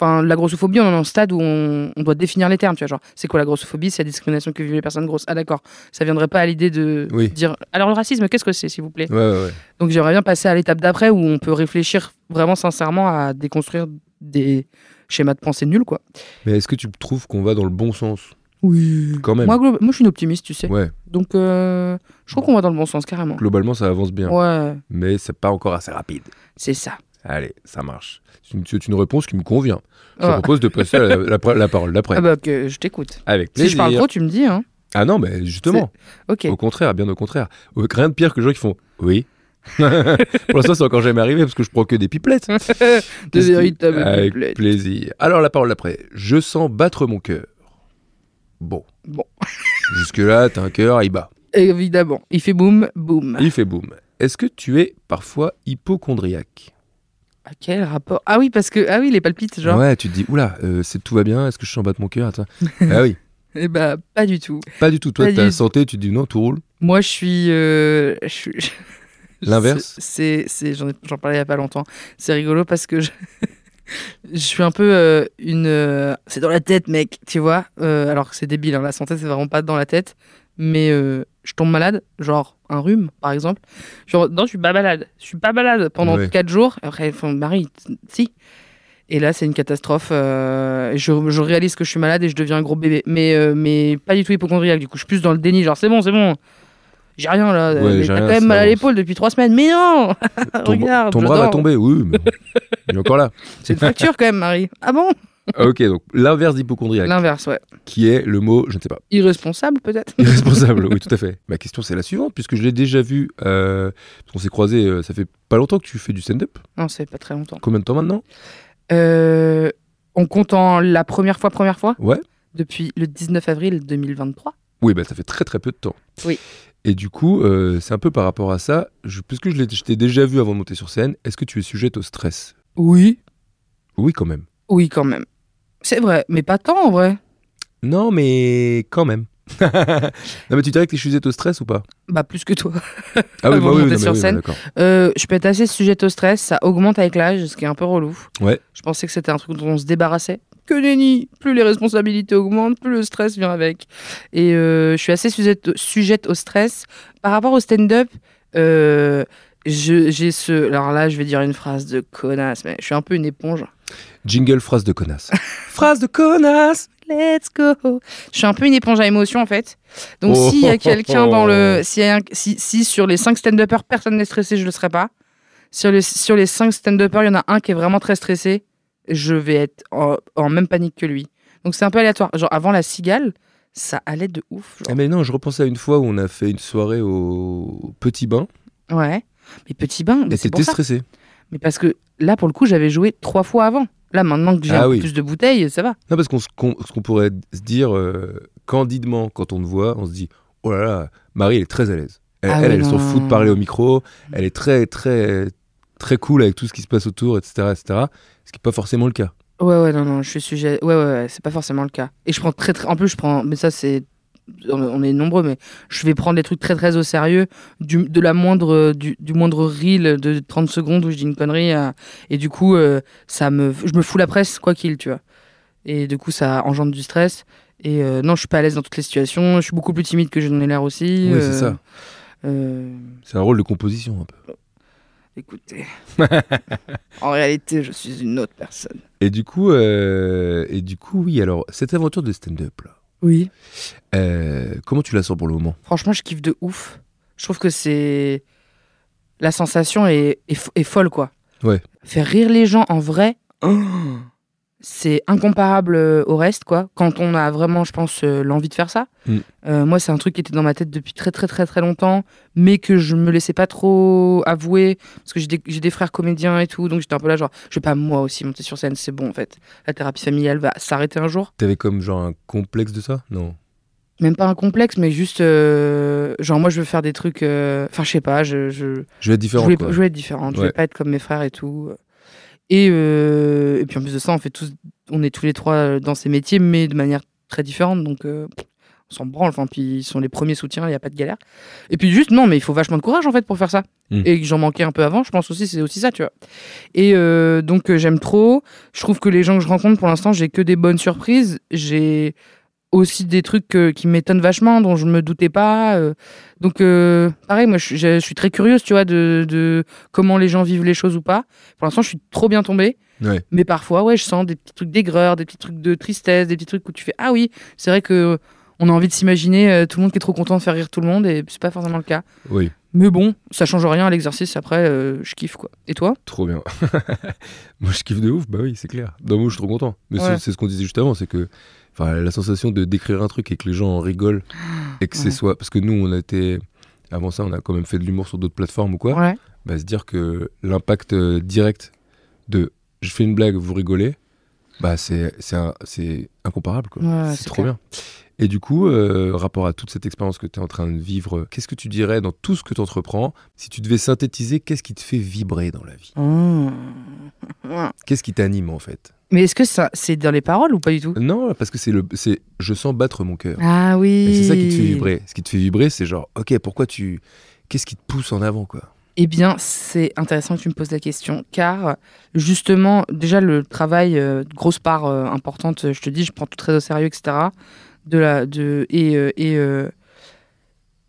Enfin, la grossophobie, on en est en stade où on, on doit définir les termes, tu vois. Genre, c'est quoi la grossophobie C'est la discrimination que vivent les personnes grosses. Ah, d'accord. Ça viendrait pas à l'idée de Oui. dire. Alors, le racisme, qu'est-ce que c'est, s'il vous plaît Ouais, ouais, ouais. donc j'aimerais bien passer à l'étape d'après où on peut réfléchir vraiment sincèrement à déconstruire des schémas de pensée nuls, quoi. Mais est-ce que tu trouves qu'on va dans le bon sens Oui. Quand même. Moi, glo- moi, je suis une optimiste, tu sais. Ouais, Donc, euh, je crois qu'on va dans le bon sens, carrément. globalement, ça avance bien. Ouais, Mais c'est pas encore assez rapide. c'est ça. Allez, ça marche. C'est une, c'est une réponse qui me convient. Je te Ouais. propose de passer à la, la- la parole d'après. Ah bah, que je t'écoute. Avec Si plaisir. je parle trop, tu me dis, hein. ah non, mais justement, Ok. au contraire, bien au contraire. Au- Rien de pire que les gens qui font oui. Pour l'instant, c'est encore jamais arrivé parce que je prends que des pipelettes. Des ah, véritables Avec pipelettes. plaisir. Alors, la parole d'après. Je sens battre mon cœur. Bon. Bon. Jusque-là, t'as un cœur, il bat. Évidemment. Il fait boum, boum. Il fait boum. Est-ce que tu es parfois hypochondriaque À quel rapport Ah oui, parce que... Ah oui, les palpites, genre. Ouais, tu te dis, oula, euh, c'est tout va bien, est-ce que je sens battre mon cœur Attends. Ah oui, Eh bah, pas du tout. pas du tout. Toi, Pas ta du- santé, tu te dis non, tout roule. Moi, je suis. euh, je suis- L'inverse C'est, c'est- j'en, ai- j'en parlais il y a pas longtemps. C'est rigolo parce que je, je suis un peu euh, une. euh, c'est dans la tête, mec, tu vois. Euh, alors que c'est débile, hein, la santé, c'est vraiment pas dans la tête. Mais euh, je tombe malade, genre un rhume, par exemple. Genre, non, je suis pas malade. Je suis pas malade pendant Ouais. 4 jours. Après, ils font, Marie, t- si. Et là, c'est une catastrophe. euh, et je, je réalise que je suis malade et je deviens un gros bébé. Mais, euh, mais pas du tout hypochondriaque. Du coup, je suis plus dans le déni. Genre, c'est bon, c'est bon. J'ai rien là. Ouais, Mais j'ai T'as rien, quand même ça mal à avance. l'épaule depuis trois semaines. Mais non Ton, Ah, Regarde, ton je bras va dors. tomber, oui, mais bon, il est encore là. C'est une fracture quand même, Marie. Ah bon Ok, donc l'inverse d'hypochondriaque, L'inverse, ouais. qui est le mot, je ne sais pas, Irresponsable, peut-être irresponsable, oui, tout à fait. Ma question, c'est la suivante, puisque je l'ai déjà vu, euh, parce qu'on s'est croisés, euh, ça fait pas longtemps que tu fais du stand-up. Non, ça fait pas très longtemps. Combien de temps maintenant Euh, on compte en la première fois, première fois Ouais. Depuis le 19 avril 2023. Oui, bah, ça fait très très peu de temps. Oui. Et du coup, euh, c'est un peu par rapport à ça, je, puisque je l'ai- je t'ai déjà vu avant de monter sur scène, est-ce que tu es sujette au stress Oui. Oui, quand même. Oui, quand même. C'est vrai, mais pas tant en vrai. Non, mais quand même. non, mais tu dirais que tu es sujette au stress ou pas Bah, plus que toi. Ah Avant de monter non, sur mais scène. d'accord. Euh, je peux être assez sujette au stress, ça augmente avec l'âge, ce qui est un peu relou. Ouais. Je pensais que c'était un truc dont on se débarrassait. Que nenni Plus les responsabilités augmentent, plus le stress vient avec. Et euh, je suis assez sujette, sujette au stress. Par rapport au stand-up, euh, je- j'ai ce... Alors là, je vais dire une phrase de connasse, mais je suis un peu une éponge. Jingle phrase de connasse. phrase de connasse Let's go. Je suis un peu une éponge à émotion en fait. Donc Oh. s'il y a quelqu'un dans le, s'il y a un- si, si sur les cinq stand-uppers personne n'est stressé, je le serai pas. Sur les sur les cinq stand-uppers, il y en a un qui est vraiment très stressé, je vais être en, en même panique que lui. Donc c'est un peu aléatoire. Genre avant la cigale, ça allait de ouf. genre. Ah, Mais non, je repensais à une fois où on a fait une soirée au Petit Bain Ouais. Mais petit bain, mais et t'étais c'est pour ça. stressé. Mais parce que là pour le coup, j'avais joué trois fois avant. Là maintenant que j'ai Ah un peu oui. plus de bouteilles, ça va. Non, parce qu'on se- qu'on- ce qu'on pourrait se dire euh, candidement quand on te voit, on se dit Oh là là, Marie, elle est très à l'aise. Elle, Ah elle, oui, elle non, s'en non, fout de non. parler au micro, elle est très, très, très cool avec tout ce qui se passe autour, etc. etc. ce qui n'est pas forcément le cas. Ouais, ouais, non, non, je suis sujet. Ouais, ouais, ouais, c'est pas forcément le cas. Et je prends très, très. En plus, je prends. Mais ça, c'est. On on est nombreux, mais je vais prendre les trucs très, très au sérieux. Du, de la moindre, du, du moindre reel de 30 secondes où je dis une connerie. à- Et du coup, euh, ça me, je me fous la presse, quoi qu'il, tu vois. Et du coup, ça engendre du stress. Et euh, non, je suis pas à l'aise dans toutes les situations. Je suis beaucoup plus timide que je n'en ai l'air aussi. Oui, c'est euh, ça. euh, C'est un rôle de composition un peu. écoutez. en réalité, je suis une autre personne. Et du coup, euh, et du coup oui, alors, cette aventure de stand-up, là, Oui. euh, comment tu la sens pour le moment Franchement, je kiffe de ouf. Je trouve que c'est. la sensation est, est, fo- est folle, quoi. Ouais. Faire rire les gens en vrai, c'est incomparable euh, au reste, quoi. Quand on a vraiment, je pense, euh, l'envie de faire ça. Mm. Euh, moi, c'est un truc qui était dans ma tête depuis très, très, très, très longtemps, mais que je me laissais pas trop avouer, parce que j'ai des, j'ai des frères comédiens et tout, donc j'étais un peu là, genre, je vais pas moi aussi monter sur scène, c'est bon, en fait. La thérapie familiale va s'arrêter un jour. T'avais comme genre un complexe de ça Non. même pas un complexe, mais juste euh, genre moi je veux faire des trucs. euh, Enfin, je sais pas, je, je, Je vais être je, différent. voulais, quoi. je voulais être différente, je Ouais. vais pas être comme mes frères et tout. Et, euh, et puis en plus de ça, on fait tous, on est tous les trois dans ces métiers, mais de manière très différente, donc euh, on s'en branle. Enfin, puis ils sont les premiers soutiens, il n'y a pas de galère. Et puis juste non, mais il faut vachement de courage en fait pour faire ça. Mm. Et que j'en manquais un peu avant, je pense aussi c'est aussi ça, tu vois. Et euh, donc euh, j'aime trop. Je trouve que les gens que je rencontre pour l'instant, j'ai que des bonnes surprises. J'ai aussi des trucs que- qui m'étonnent vachement, dont je me doutais pas. euh. donc, euh, pareil, moi, je, suis- je suis très curieuse, tu vois, de, de comment les gens vivent les choses ou pas. Pour l'instant, je suis trop bien tombée. Ouais. Mais parfois, ouais, je sens des petits trucs d'aigreur, des petits trucs de tristesse, des petits trucs où tu fais Ah oui, c'est vrai que on a envie de s'imaginer euh, tout le monde qui est trop content de faire rire tout le monde, et c'est pas forcément le cas. Oui. Mais bon, ça change rien à l'exercice, après, euh, je kiffe, quoi. Et toi Trop bien. Moi, je kiffe de ouf, bah oui, c'est clair. Non, moi, je suis trop content. Mais c'est- Ouais. c'est ce qu'on disait juste avant, c'est que enfin, la sensation de décrire un truc et que les gens en rigolent et que c'est Ouais. soit. Parce que nous, on a été. Avant ça, on a quand même fait de l'humour sur d'autres plateformes ou quoi. Ouais. Bah, se dire que l'impact euh, direct de je fais une blague, vous rigolez, bah, c'est c'est un- c'est incomparable. quoi. Ouais, c'est c'est trop bien. Et du coup, euh, rapport à toute cette expérience que tu es en train de vivre, qu'est-ce que tu dirais dans tout ce que tu entreprends Si tu devais synthétiser, qu'est-ce qui te fait vibrer dans la vie Qu'est-ce qui t'anime en fait Oh. Mais est-ce que ça, c'est dans les paroles ou pas du tout Non, parce que c'est le, c'est je sens battre mon cœur. Ah oui. Et c'est ça qui te fait vibrer. Ce qui te fait vibrer, c'est genre, ok, pourquoi tu, qu'est-ce qui te pousse en avant quoi Eh bien, c'est intéressant que tu me poses la question, car justement, déjà le travail, euh, grosse part euh, importante, euh, je te dis, je prends tout très au sérieux, etc. De la, de, et euh, et, euh,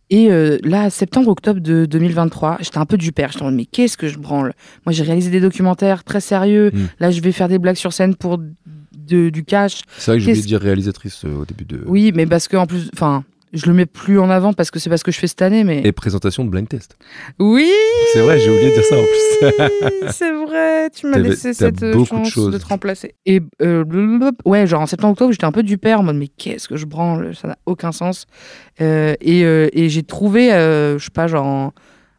et euh, là, septembre-octobre de 2023, j'étais un peu du père. J'étais en mode, mais qu'est-ce que je branle Moi, j'ai réalisé des documentaires très sérieux. Mm. Là, je vais faire des blagues sur scène pour de- du cash. C'est vrai que je voulais Qu'est-ce- dire réalisatrice euh, au début de. Oui, mais parce que en plus, enfin, je le mets plus en avant parce que c'est parce que je fais cette année, mais Et présentation de blind test. oui. C'est vrai, j'ai oublié de dire ça en plus. c'est vrai, tu m'as T'avais- laissé t'as cette euh, beaucoup de chance choses. de, te remplacer. Et euh, blablabla. ouais, genre en septembre-octobre, j'étais un peu du père en mode mais qu'est-ce que je branle, ça n'a aucun sens. Euh, et euh, et j'ai trouvé, euh, je sais pas, genre en-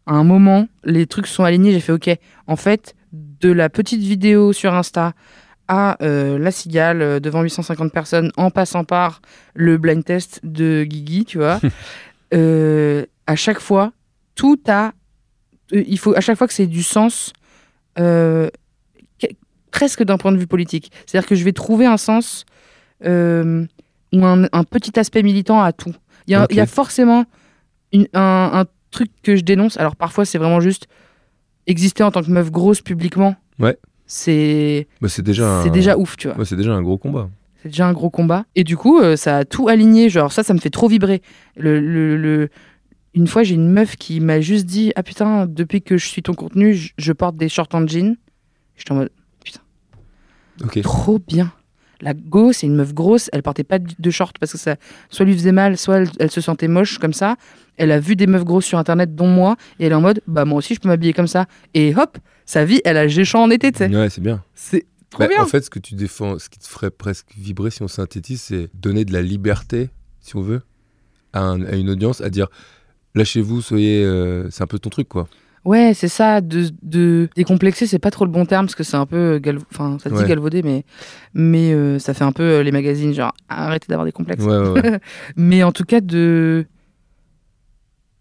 à un moment, les trucs sont alignés, j'ai fait ok, en fait, de la petite vidéo sur Insta à euh, la cigale euh, devant 850 personnes en passant par le blind test de Guigui, tu vois. Euh, à chaque fois, tout a. euh, Il faut à chaque fois que c'est du sens, euh, que- presque d'un point de vue politique. C'est-à-dire que je vais trouver un sens euh, ou un, un petit aspect militant à tout. Il y a, Ok. il y a forcément une- un, un truc que je dénonce. Alors parfois, c'est vraiment juste exister en tant que meuf grosse publiquement. Ouais. C'est Bah, c'est c'est déjà. un- déjà ouf, tu vois. Ouais, c'est déjà un gros combat. C'est déjà un gros combat. Et du coup, euh, ça a tout aligné. Genre, ça, ça me fait trop vibrer. Le, le- le- Une fois, j'ai une meuf qui m'a juste dit Ah putain, depuis que je suis ton contenu, je, je porte des shorts en jean. J'étais en mode Ok. Trop bien. La go, c'est une meuf grosse. Elle portait pas de de shorts parce que ça soit lui faisait mal, soit elle, elle se sentait moche comme ça. Elle a vu des meufs grosses sur internet, dont moi. Et elle est en mode Bah moi aussi, je peux m'habiller comme ça. Et hop, sa vie, elle a géchant en été, tu sais. Ouais, c'est bien. C'est trop Bah, bien. En fait, ce que tu défends, ce qui te ferait presque vibrer si on synthétise, c'est donner de la liberté, si on veut, à, un- à une audience, à dire lâchez-vous, soyez. euh, c'est un peu ton truc, quoi. Ouais, c'est ça, de, de décomplexer, c'est pas trop le bon terme parce que c'est un peu euh, galv- enfin ça se dit Ouais. galvaudé, mais mais euh, ça fait un peu euh, les magazines genre arrêtez d'avoir des complexes. Ouais, ouais, ouais. Mais en tout cas de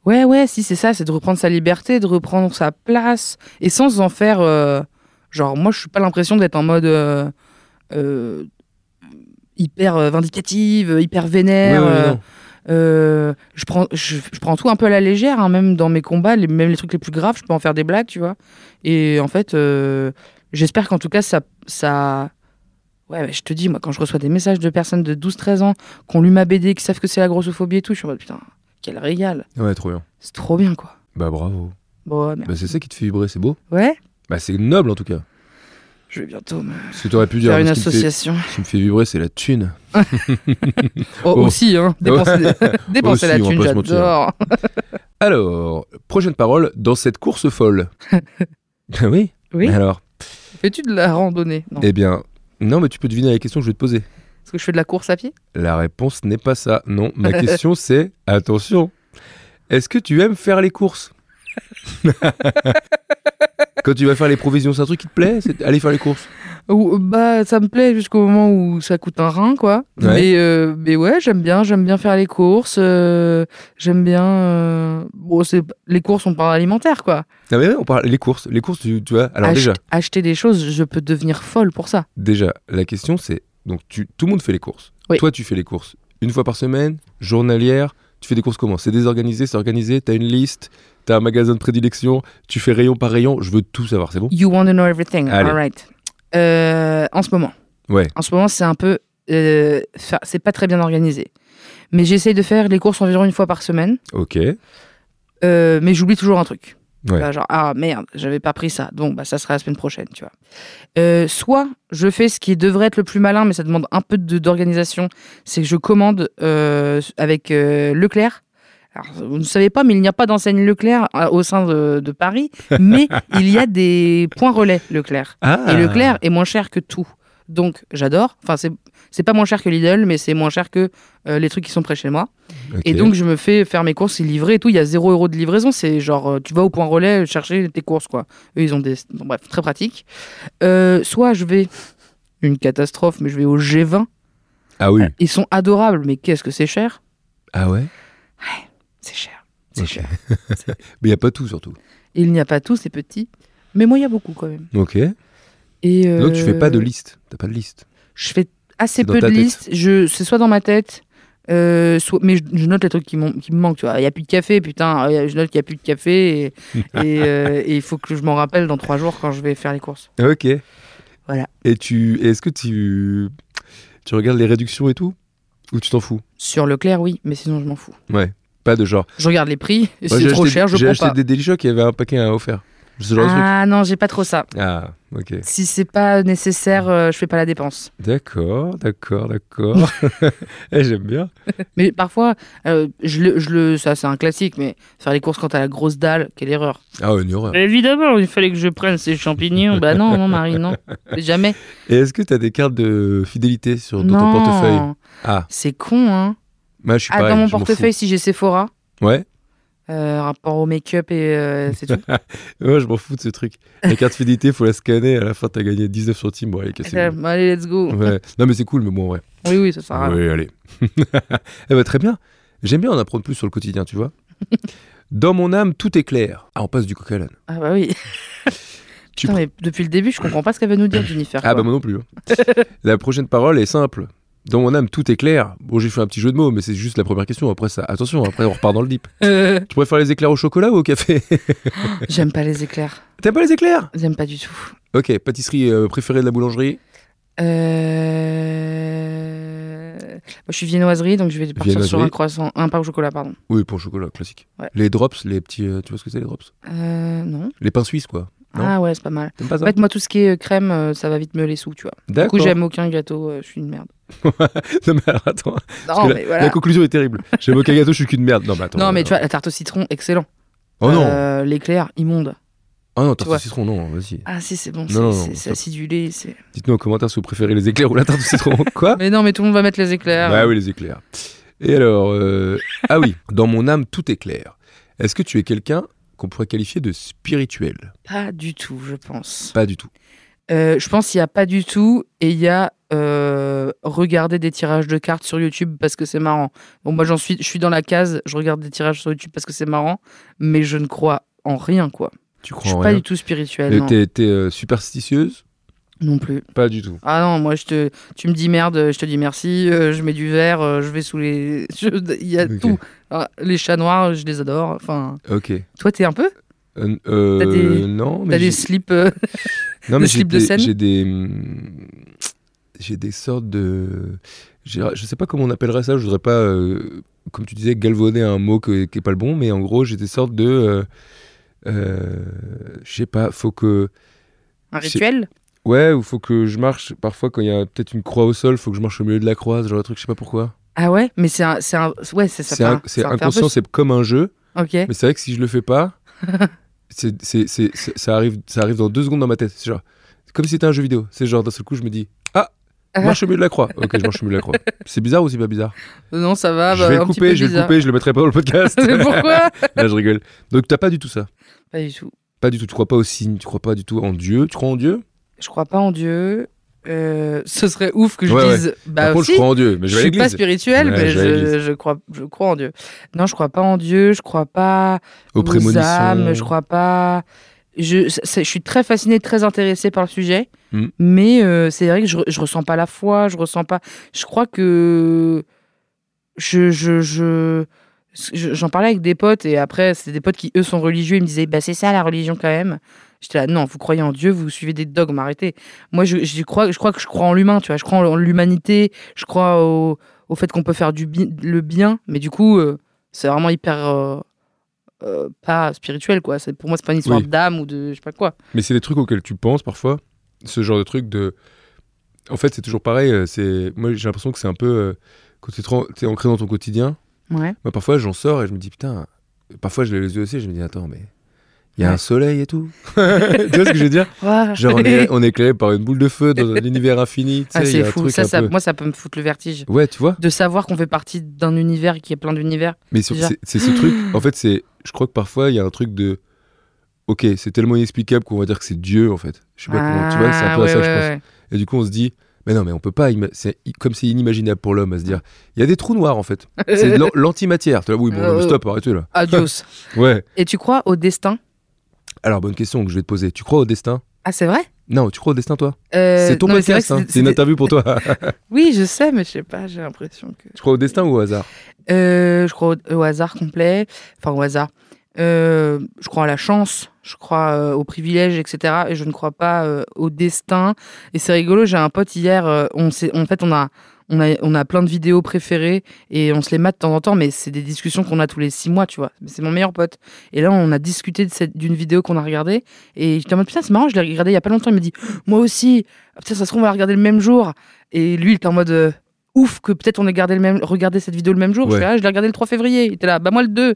ouais ouais si c'est ça, c'est de reprendre sa liberté, de reprendre sa place et sans en faire euh, genre moi je suis pas l'impression d'être en mode euh, euh, hyper euh, vindicative, hyper Ouais, vénère. ouais, euh, non. euh, je, prends, je, je prends tout un peu à la légère, hein, même dans mes combats, les, même les trucs les plus graves, je peux en faire des blagues, tu vois. Et en fait, euh, j'espère qu'en tout cas, ça. ça... Ouais, mais je te dis, moi, quand je reçois des messages de personnes de 12-13 ans qui ont lu ma BD, qui savent que c'est la grossophobie et tout, je suis en mode putain, quel régal. Ouais, trop bien. C'est trop bien, quoi. Bah bravo. Bon, ouais, merde. Bah, c'est ça qui te fait vibrer, c'est beau. Ouais, Bah, c'est noble en tout cas. je vais bientôt me Ce que tu aurais pu dire. faire une mais ce qui me fait- association. Ce qui me fait vibrer, c'est la thune. Oh, Oh. aussi, hein. Dépenser, dépenser la Aussi, on va thune, pas se mentir. j'adore. Alors, prochaine parole dans cette course folle. Ah oui. Oui. Alors, Fais-tu de la randonnée Non. eh bien, non, mais tu peux deviner la question que je vais te poser. Est-ce que je fais de la course à pied La réponse n'est pas ça. Non, ma question c'est attention. Est-ce que tu aimes faire les courses Quand tu vas faire les provisions, c'est un truc qui te plaît c'est Aller faire les courses Ou- Bah, ça me plaît jusqu'au moment où ça coûte un rein, quoi. Ouais. Mais, euh, mais ouais, j'aime bien, j'aime bien faire les courses. euh, j'aime bien. euh, Bon, c'est les courses, on parle alimentaire, quoi. Non, mais ouais, on parle les courses. Les courses, tu, tu vois. Alors Ach- déjà, Acheter des choses, je peux devenir folle pour ça. déjà, la question c'est donc tu, tout le monde fait les courses. Oui. Toi, tu fais les courses une fois par semaine, journalière. Tu fais des courses comment C'est désorganisé, c'est organisé. T'as une liste, t'as un magasin de prédilection. Tu fais rayon par rayon. Je veux tout savoir. C'est bon You want to know everything. Allez. All right. Euh, en ce moment. Ouais. En ce moment, c'est un peu. euh, fa- c'est pas très bien organisé. Mais j'essaye de faire les courses environ une fois par semaine. Ok. Euh, mais j'oublie toujours un truc. Tu Ouais. vois, genre, ah merde, j'avais pas pris ça. Donc, bah, ça sera la semaine prochaine, tu vois. Euh, soit je fais ce qui devrait être le plus malin, mais ça demande un peu de- d'organisation, c'est que je commande euh, avec euh, Leclerc. Alors, vous ne savez pas, mais il n'y a pas d'enseigne Leclerc euh, au sein de, de Paris, mais il y a des points relais Leclerc. Ah. Et Leclerc est moins cher que tout. Donc, j'adore. Enfin, c'est- c'est pas moins cher que Lidl, mais c'est moins cher que euh, les trucs qui sont près de chez moi. Ok. Et donc, je me fais faire mes courses, ils livrés et tout. Il y a 0 euros de livraison. C'est genre, euh, tu vas au point relais chercher tes courses, quoi. Eux, ils ont des. bon, bref, très pratique. Euh, soit je vais. Une catastrophe, mais je vais au G20. ah oui. Ils sont adorables, mais qu'est-ce que c'est cher Ah ouais. C'est cher. C'est Ok. cher. Mais il y a pas tout surtout. Il n'y a pas tout, c'est petit. Mais moi, il y a beaucoup quand même. Ok. Et euh, Donc tu fais pas de liste. T'as pas de liste. Je fais assez C'est dans peu de ta tête. listes. Je... C'est soit dans ma tête. euh, soit... Mais je, je note les trucs qui, m'ont- qui me manquent. tu vois. Il n'y a plus de café, putain. euh, Je note qu'il n'y a plus de café. Et et, euh, et il faut que je m'en rappelle dans trois jours quand je vais faire les courses. Ok. Voilà. Et tu, est-ce que tu, tu regardes les réductions et tout, ou tu t'en fous Sur Leclerc, oui, mais sinon je m'en fous. Ouais. Pas de genre. Je regarde les prix, et Moi, c'est j'ai trop acheté- cher, je J'ai prends acheté pas. des Delicia qui avaient un paquet à offert. Ce genre de Ah non, j'ai pas trop ça. truc. Ah. Ok. Si c'est pas nécessaire, euh, je fais pas la dépense. D'accord, d'accord, d'accord. Eh, J'aime bien. Mais parfois, euh, je, le, je le, ça c'est un classique, mais faire les courses quand t'as la grosse dalle, quelle erreur. Ah, une horreur. Évidemment, il fallait que je prenne ces champignons. bah non, non, Marie, non, jamais. Et est-ce que t'as des cartes de fidélité sur dans ton non, portefeuille Ah. c'est con, hein. Moi, je suis Ah, pareil, dans mon je m'en fous. portefeuille, si j'ai Sephora, Ouais. euh, rapport au make-up et euh, c'est tout. Moi, je m'en fous de ce truc. La carte fidélité, faut la scanner. À la fin, t'as gagné 19 centimes. Bon, allez, cassez-vous. Bon, Allez, let's go. Ouais. Non, mais c'est cool. Mais bon, ouais. Oui, oui, ça sert à rien. Oui, allez. eh ben, très bien. J'aime bien en apprendre plus sur le quotidien, tu vois. Dans mon âme, tout est clair. Ah, on passe du coq à l'âne. Ah bah oui. Tu Putain, mais depuis le début, je comprends pas ce qu'elle veut nous dire, Jennifer. Ah, quoi. bah moi non plus. hein. la prochaine parole est simple. Dans mon âme, tout est clair. Bon, j'ai fait un petit jeu de mots, mais c'est juste la première question. Après, ça, attention, après, on repart dans le deep. Euh, Tu préfères les éclairs au chocolat ou au café J'aime pas les éclairs. T'aimes pas les éclairs J'aime pas du tout. Ok, pâtisserie euh, préférée de la boulangerie Euh... moi, je suis viennoiserie, donc je vais partir sur Viennoiserie. un croissant, un pain au chocolat, pardon. Oui, pour le chocolat, classique. Ouais. Les drops, les petits. euh, tu vois ce que c'est, les drops Euh, non. Les pains suisses, quoi. Non. Ah ouais, c'est pas mal. T'aimes pas En ça fait, moi, tout ce qui est euh, crème, euh, ça va vite me les sous, tu vois. Du coup, D'accord. j'aime aucun gâteau, euh, je suis une merde. Non, mais alors, attends. Non, Parce que la, Oh, mais voilà. la conclusion est terrible. J'aime aucun gâteau, je suis qu'une merde. Non, mais attends. non, mais euh, tu vois, la tarte au citron, excellent. Oh non Euh, L'éclair, immonde. Ah non, tarte vois. au citron, non, vas-y. Ah si, c'est bon, Non, non, c'est- c'est non, c'est ça- acidulé. c'est- Dites-nous en commentaire si vous préférez les éclairs ou la tarte au citron. Quoi Mais non, mais tout le monde va mettre les éclairs. Bah oui, les éclairs. Et alors, euh, ah oui, dans mon âme, tout est clair. Est-ce que tu es quelqu'un qu'on pourrait qualifier de spirituel Pas du tout, je pense. Pas du tout. Euh, je pense qu'il n'y a pas du tout et il y a euh, regarder des tirages de cartes sur YouTube parce que c'est marrant. Bon, moi j'en suis, je suis dans la case, je regarde des tirages sur YouTube parce que c'est marrant, mais je ne crois en rien quoi. Tu Je crois suis en pas rien du tout spirituelle Et non, T'es t'es, euh, superstitieuse non plus. Pas du tout. Ah non, moi je te, tu me dis merde, je te dis merci, euh, je mets du verre, euh, je vais sous les, je- il y a Ok. tout. Ah, les chats noirs, je les adore. Enfin, Ok. toi t'es un peu, Euh, euh, T'as des- non, mais t'as des j'ai- slips. euh, non, des mais j'ai slips de des- scène J'ai des, hum, j'ai des sortes de, j'ai- je sais pas comment on appellerait ça. Je voudrais pas, euh, comme tu disais, galvauder un mot que- qui est pas le bon, mais en gros, j'ai des sortes de, euh, euh, je sais pas, faut que un C'est- rituel. Ouais, ou faut que je marche. Parfois, quand il y a peut-être une croix au sol, faut que je marche au milieu de la croix, ce genre de truc, je sais pas pourquoi. Ah ouais, mais c'est un, c'est un, ouais, c'est ça. C'est fait un- un- c'est ça fait un peu inconscient, c'est comme un jeu. Ouais. Ok. Mais c'est vrai que si je le fais pas, c'est, c'est, c'est- c'est- ça, arrive, ça arrive dans deux secondes dans ma tête. C'est genre, c'est comme si c'était un jeu vidéo. C'est genre, d'un seul coup, je me dis Ah, je marche au milieu de la croix. Ok, je marche au milieu de la croix. C'est bizarre ou c'est pas bizarre Non, ça va. Je bah, vais un le petit peu couper, je vais le bizarre. couper, je le mettrai pas dans le podcast. Mais pourquoi Là, je rigole. Donc, t'as pas du tout ça. Pas du tout. Pas du tout. Tu crois pas aux signes, tu crois pas du tout en Dieu. Tu crois en Dieu Je crois pas en Dieu. Euh, ce serait ouf que je Ouais, ouais. dise. Bah, Par contre, si, je crois en Dieu. Mais je je vais à suis pas l'église. spirituel, Ouais, mais je vais à je, l'église. je crois, je crois en Dieu. Non, je crois pas en Dieu. Je crois pas Aux prémonitions. âmes. Je crois pas. Je, c'est- je suis très fascinée, très intéressée par le sujet, Hmm. mais euh, c'est vrai que je, re- je ressens pas la foi. Je ressens pas. Je crois que je je je je- j'en parlais avec des potes et après c'était des potes qui eux sont religieux ils me disaient bah c'est ça la religion quand même j'étais là non vous croyez en Dieu vous suivez des dogmes arrêtez moi je, je crois je crois que je crois en l'humain tu vois je crois en l'humanité je crois au, au fait qu'on peut faire du bi- le bien mais du coup euh, c'est vraiment hyper euh, euh, pas spirituel quoi c'est pour moi c'est pas une histoire Oui. d'âme ou de je sais pas quoi Mais c'est des trucs auxquels tu penses parfois. Ce genre de truc de. En fait, c'est toujours pareil. euh, C'est moi, j'ai l'impression que c'est un peu euh, quand t'es trop- t'es ancré dans ton quotidien. ouais Moi, parfois, j'en sors et je me dis putain. Parfois, je l'ai les yeux aussi. Je me dis attends, mais il y a Ouais. un soleil et tout. tu vois ce que je veux dire Genre, on est, on est éclairé par une boule de feu dans un univers infini. tu sais, Ah, il y c'est a un fou truc ça, un ça peu- moi ça peut me foutre le vertige Ouais, tu vois. de savoir qu'on fait partie d'un univers qui est plein d'univers Mais sur- Déjà. c'est c'est ce truc, en fait, c'est, je crois que parfois, il y a un truc de, ok, c'est tellement inexplicable qu'on va dire que c'est Dieu, en fait. Je sais pas comment, tu vois, c'est un peu à ça, Ah, ouais, je pense. ouais, ouais. Et du coup, on se dit, mais non, mais on peut pas, ima- c'est i- comme c'est inimaginable pour l'homme à se dire, il y a des trous noirs, en fait. C'est de l'an- l'antimatière. T'es là, oui, bon, Euh, stop, arrêtez là. Adios. Ouais. Et tu crois au destin Alors, bonne question que je vais te poser. Tu crois au destin Ah, c'est vrai Non, tu crois au destin, toi Euh, C'est ton non, mais vrai podcast, que hein. c'était- c'est une c'était- interview pour toi. Oui, je sais, mais je sais pas, j'ai l'impression que. tu crois au destin ou au hasard Euh, je crois au, au hasard complet, enfin au hasard. Euh, je crois à la chance, je crois euh, au privilège, etc. Et je ne crois pas euh, au destin. Et c'est rigolo, j'ai un pote hier, euh, on s'est- en fait, on a, on, a, on a plein de vidéos préférées et on se les mate de temps en temps, mais c'est des discussions qu'on a tous les six mois, tu vois. Mais C'est mon meilleur pote. Et là, on a discuté de cette- d'une vidéo qu'on a regardée et j'étais en mode putain, c'est marrant, je l'ai regardée il y a pas longtemps. Il me dit, moi aussi, Ah, putain, ça se trouve, on va la regarder le même jour. Et lui, il était en mode. euh, Ouf, que peut-être on ait gardé le même, regardé cette vidéo le même jour. Je Ouais. fais, ah, je l'ai regardé le 3 février. Il était là, bah moi le 2.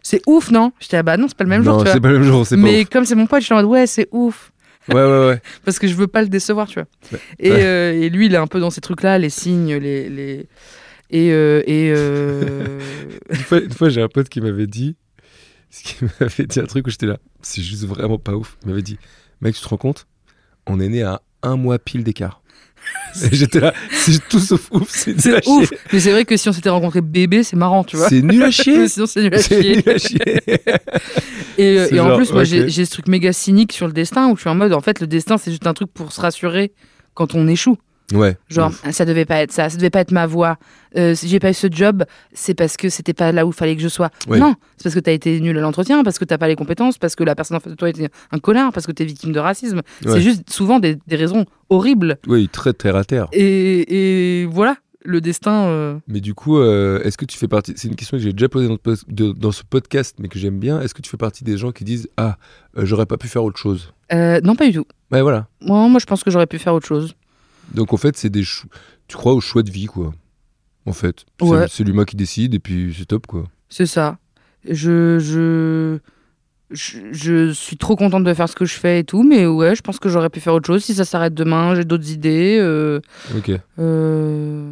C'est ouf, non J'étais là, bah non, c'est pas le même non, jour, tu vois. c'est pas le même jour, c'est pas Mais ouf. comme c'est mon pote, je suis en mode ouais, c'est ouf. Ouais, ouais, ouais. Parce que je veux pas le décevoir, tu vois. Ouais. Et, Ouais. euh, et lui, il est un peu dans ces trucs-là, les signes, les. les... Et. euh, et euh, Une fois, une fois, j'ai un pote qui m'avait dit, ce qui m'avait dit un truc où j'étais là, c'est juste vraiment pas ouf. Il m'avait dit, mec, tu te rends compte On est né à un mois pile d'écart. Et j'étais là, c'est tout sauf ouf, c'est nul à c'est chier. ouf Mais c'est vrai que si on s'était rencontré bébé, c'est marrant, tu vois. C'est nul à chier. Mais sinon, c'est nul à C'est chier. nul à chier. Et, euh, C'est et en genre, plus, moi, ok. j'ai j'ai ce truc méga cynique sur le destin où je suis en mode, en fait, le destin, c'est juste un truc pour se rassurer quand on échoue. Ouais. Genre, ouf. Ah, ça devait pas être ça, ça devait pas être ma voix. Euh, si j'ai pas eu ce job, c'est parce que c'était pas là où fallait que je sois. Oui. Non, c'est parce que t'as été nul à l'entretien, parce que t'as pas les compétences, parce que la personne en face de toi était un connard, parce que t'es victime de racisme. Ouais. C'est juste souvent des, des raisons horribles. Oui, très terre à terre. Et, et voilà, le destin. euh, Mais du coup, euh, est-ce que tu fais partie C'est une question que j'ai déjà posée dans, le pos- de- dans ce podcast, mais que j'aime bien. Est-ce que tu fais partie des gens qui disent Ah, euh, j'aurais pas pu faire autre chose euh, non, pas du tout. Ouais, voilà. Moi, moi, je pense que j'aurais pu faire autre chose. Donc en fait, c'est des chou- tu crois au choix de vie quoi. En fait, C'est- Ouais. c'est l'humain qui décide et puis c'est top quoi. C'est ça. Je, je, je, je suis trop contente de faire ce que je fais et tout, mais ouais, je pense que j'aurais pu faire autre chose. Si ça s'arrête demain, j'ai d'autres idées. euh, OK. Euh,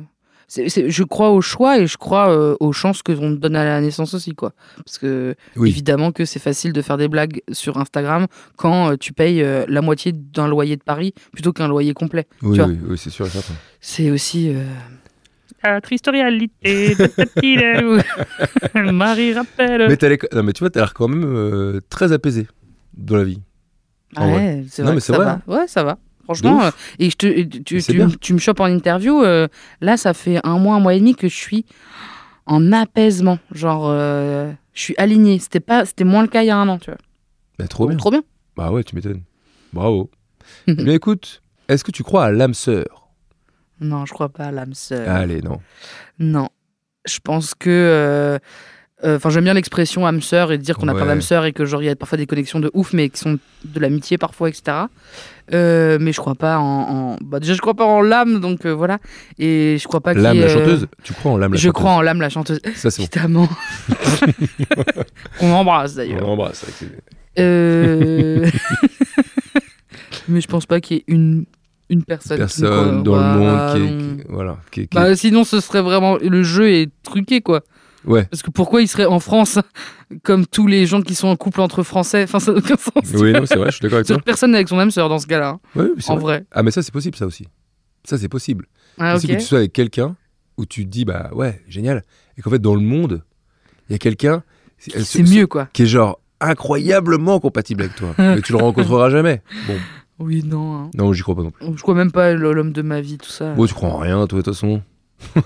c'est- c'est- je crois au choix et je crois euh, aux chances que l'on donne à la naissance aussi, quoi. Parce que Oui. évidemment que c'est facile de faire des blagues sur Instagram quand euh, tu payes euh, la moitié d'un loyer de Paris plutôt qu'un loyer complet. Oui, tu vois. oui, oui, c'est sûr et certain. C'est aussi. euh, La triste réalité de Tatiana. Marie Euh. rappelle. Mais t'as l'air- non, mais tu vois, t'as l'air quand même euh, très apaisé dans la vie. En ah ouais, vrai. c'est Non, vrai mais que c'est ça vrai, hein. va. Ouais, ça va. Franchement, De euh, et je te, et tu, tu, Mais c'est bien. tu me chopes en interview. euh, là, ça fait un mois, un mois et demi que je suis en apaisement. Genre, euh, je suis alignée. C'était pas, c'était moins le cas il y a un an, tu vois. Bah, trop bien. Trop bien. Bah ouais, tu m'étonnes. Bravo. mais écoute, est-ce que tu crois à l'âme sœur Euh, Non, je crois pas à l'âme sœur. Allez, non. Non. Je pense que euh, euh, Enfin, j'aime bien l'expression âme sœur et de dire qu'on n'a pas Ouais. d'âme sœur et que genre il y a parfois des connexions de ouf, mais qui sont de l'amitié parfois, etc. Euh, mais je crois pas en, en- bah, déjà je crois pas en l'âme, donc euh, voilà. Et je crois pas qu'il y L'âme, ait, la euh, chanteuse Tu crois en l'âme, la Je chanteuse crois en l'âme la chanteuse, Ça, c'est bon. évidemment. Qu'on embrasse On d'ailleurs. l'embrasse. avec ses- Euh, mais je pense pas qu'il y ait une une personne. qui me Personne dans le croit. Bah, monde non. qui est. qui- Voilà. qui est- qui est- Bah, sinon, ce serait vraiment. Le jeu est truqué, quoi. Ouais. Parce que pourquoi il serait en France comme tous les gens qui sont en couple entre Français Enfin, ça n'a aucun sens. tu Oui, vois. non, c'est vrai, je suis d'accord avec C'est-à-dire toi. que personne n'est avec son âme sœur dans ce cas-là, hein, Ouais, oui, c'est en vrai. vrai. Ah, mais ça, c'est possible, ça aussi. Ça, c'est possible. Ah, possible ok. que tu sois avec quelqu'un où tu te dis, bah ouais, génial. Et qu'en fait, dans le monde, il y a quelqu'un. elle se- C'est mieux, quoi. Qui est genre incroyablement compatible avec toi. mais tu le rencontreras jamais. Bon, Oui, non. hein. non, j'y crois pas non plus. Je crois même pas le- l'homme de ma vie, tout ça. Bon, tu crois en rien, toi, de toute façon. non,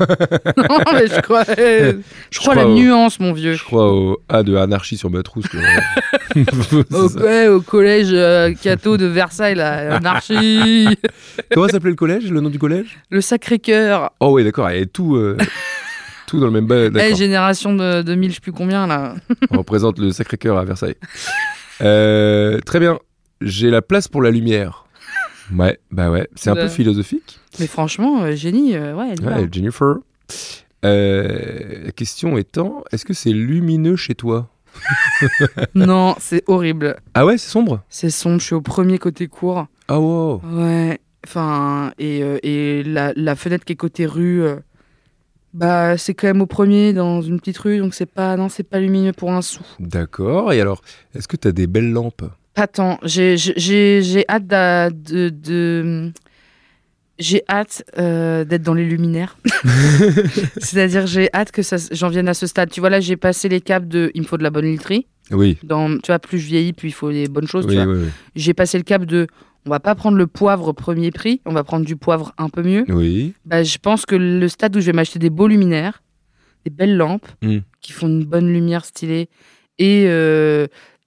mais je crois. euh, Je, crois à la crois au- nuance, mon vieux. Je crois au A de anarchie sur ma trousse. quoi. Au, C'est ça. ouais, au collège euh, Cato de Versailles, là, anarchie, Comment s'appelait le collège Le nom du collège le Sacré-Cœur, Oh, oui, d'accord. Il y avait tout, euh, tout dans le même bas. Eh, d'accord. génération de 2000, je sais plus combien là. On représente le Sacré-Cœur à Versailles. Euh, très bien. J'ai la place pour la lumière. Ouais, bah ouais. C'est un Ouais. peu philosophique. Mais franchement, euh, génie, euh, ouais. elle y va. Ouais, Jennifer. Euh, la question étant, est-ce que c'est lumineux chez toi Non, c'est horrible. Ah ouais, c'est sombre C'est sombre, je suis au premier côté court. Ah wow. Ouais. Enfin, et, euh, et la, la fenêtre qui est côté rue, euh, bah, c'est quand même au premier dans une petite rue, donc c'est pas, non, c'est pas lumineux pour un sou. D'accord. Et alors, est-ce que t'as des belles lampes Pas tant. J'ai, j'ai- j'ai, j'ai hâte d'a- de. de- j'ai hâte euh, d'être dans les luminaires. C'est-à-dire, j'ai hâte que ça, j'en vienne à ce stade. Tu vois, là, j'ai passé les caps de il me faut de la bonne literie. Oui. Dans, tu vois, plus je vieillis, plus il faut des bonnes choses. Oh, tu Oui, vois. oui, oui. j'ai passé le cap de on va pas prendre le poivre premier prix, on va prendre du poivre un peu mieux. Oui. Bah, je pense que le stade où je vais m'acheter des beaux luminaires, des belles lampes Mm. qui font une bonne lumière stylée et euh,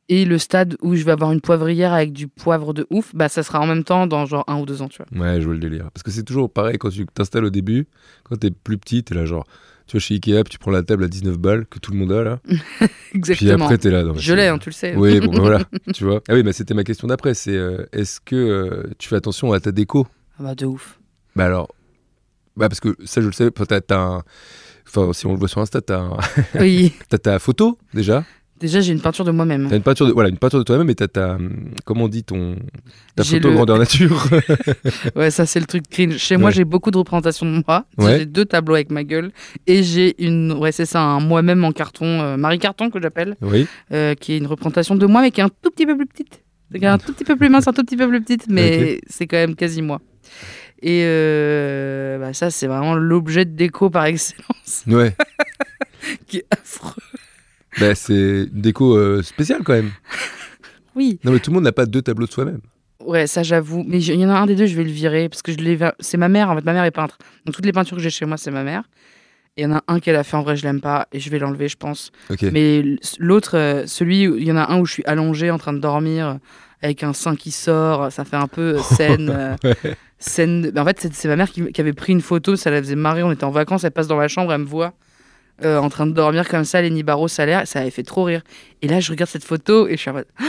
et le stade où je vais avoir une poivrière avec du poivre de ouf, bah ça sera en même temps dans genre un ou deux ans, tu vois. Ouais, je vois le délire. Parce que c'est toujours pareil quand tu t'installes au début, quand t'es plus petit, t'es là genre, tu vas chez Ikea, puis tu prends la table à 19 balles que tout le monde a là. Puis Exactement. après, t'es là. non, mais je c'est- l'ai, hein, tu le sais. Oui, bon, ben voilà, tu vois. Ah oui, mais c'était ma question d'après. C'est euh, est-ce que euh, tu fais attention à ta déco Ah bah de ouf. Bah alors, bah parce que ça, je le sais. enfin, T'as, t'as un- enfin, si on le voit sur Insta, t'as, un- Oui. t'as ta photo déjà. Déjà j'ai une peinture de moi-même. hein. T'as une peinture de, voilà, une peinture de toi-même, et t'as ta, hum, comment on dit ton, ta J'ai photo le- grandeur nature. Ouais, ça c'est le truc cringe. Chez moi, Ouais. j'ai beaucoup de représentations de moi. Ouais. J'ai deux tableaux avec ma gueule et j'ai une, ouais, c'est ça, un moi-même en carton, euh, Marie Carton que j'appelle, oui. euh, qui est une représentation de moi mais qui est un tout petit peu plus petite. C'est un tout petit peu plus mince, un tout petit peu plus petite, mais c'est quand même quasi moi. Et euh, bah, ça, c'est vraiment l'objet de déco par excellence, Ouais. qui est affreux. bah c'est une déco euh, spéciale quand même. Oui. Non mais tout le monde n'a pas deux tableaux de soi-même. Ouais, ça j'avoue. Mais je- il y en a un des deux, je vais le virer parce que je l'ai. ver- C'est ma mère en fait. Ma mère est peintre. Donc toutes les peintures que j'ai chez moi, c'est ma mère. Et il y en a un qu'elle a fait en vrai, je l'aime pas et je vais l'enlever, je pense. Ok. Mais l- l'autre, euh, celui, où- il y en a un où je suis allongée en train de dormir euh, avec un sein qui sort, ça fait un peu euh, scène. euh, scène de- mais en fait, c'est- c'est ma mère qui, m- qui avait pris une photo, ça la faisait marrer, on était en vacances, elle passe dans ma chambre, elle me voit euh, en train de dormir comme ça, Lenny Barreau, ça a l'air, ça avait fait trop rire. Et là, je regarde cette photo et je suis en mode Ah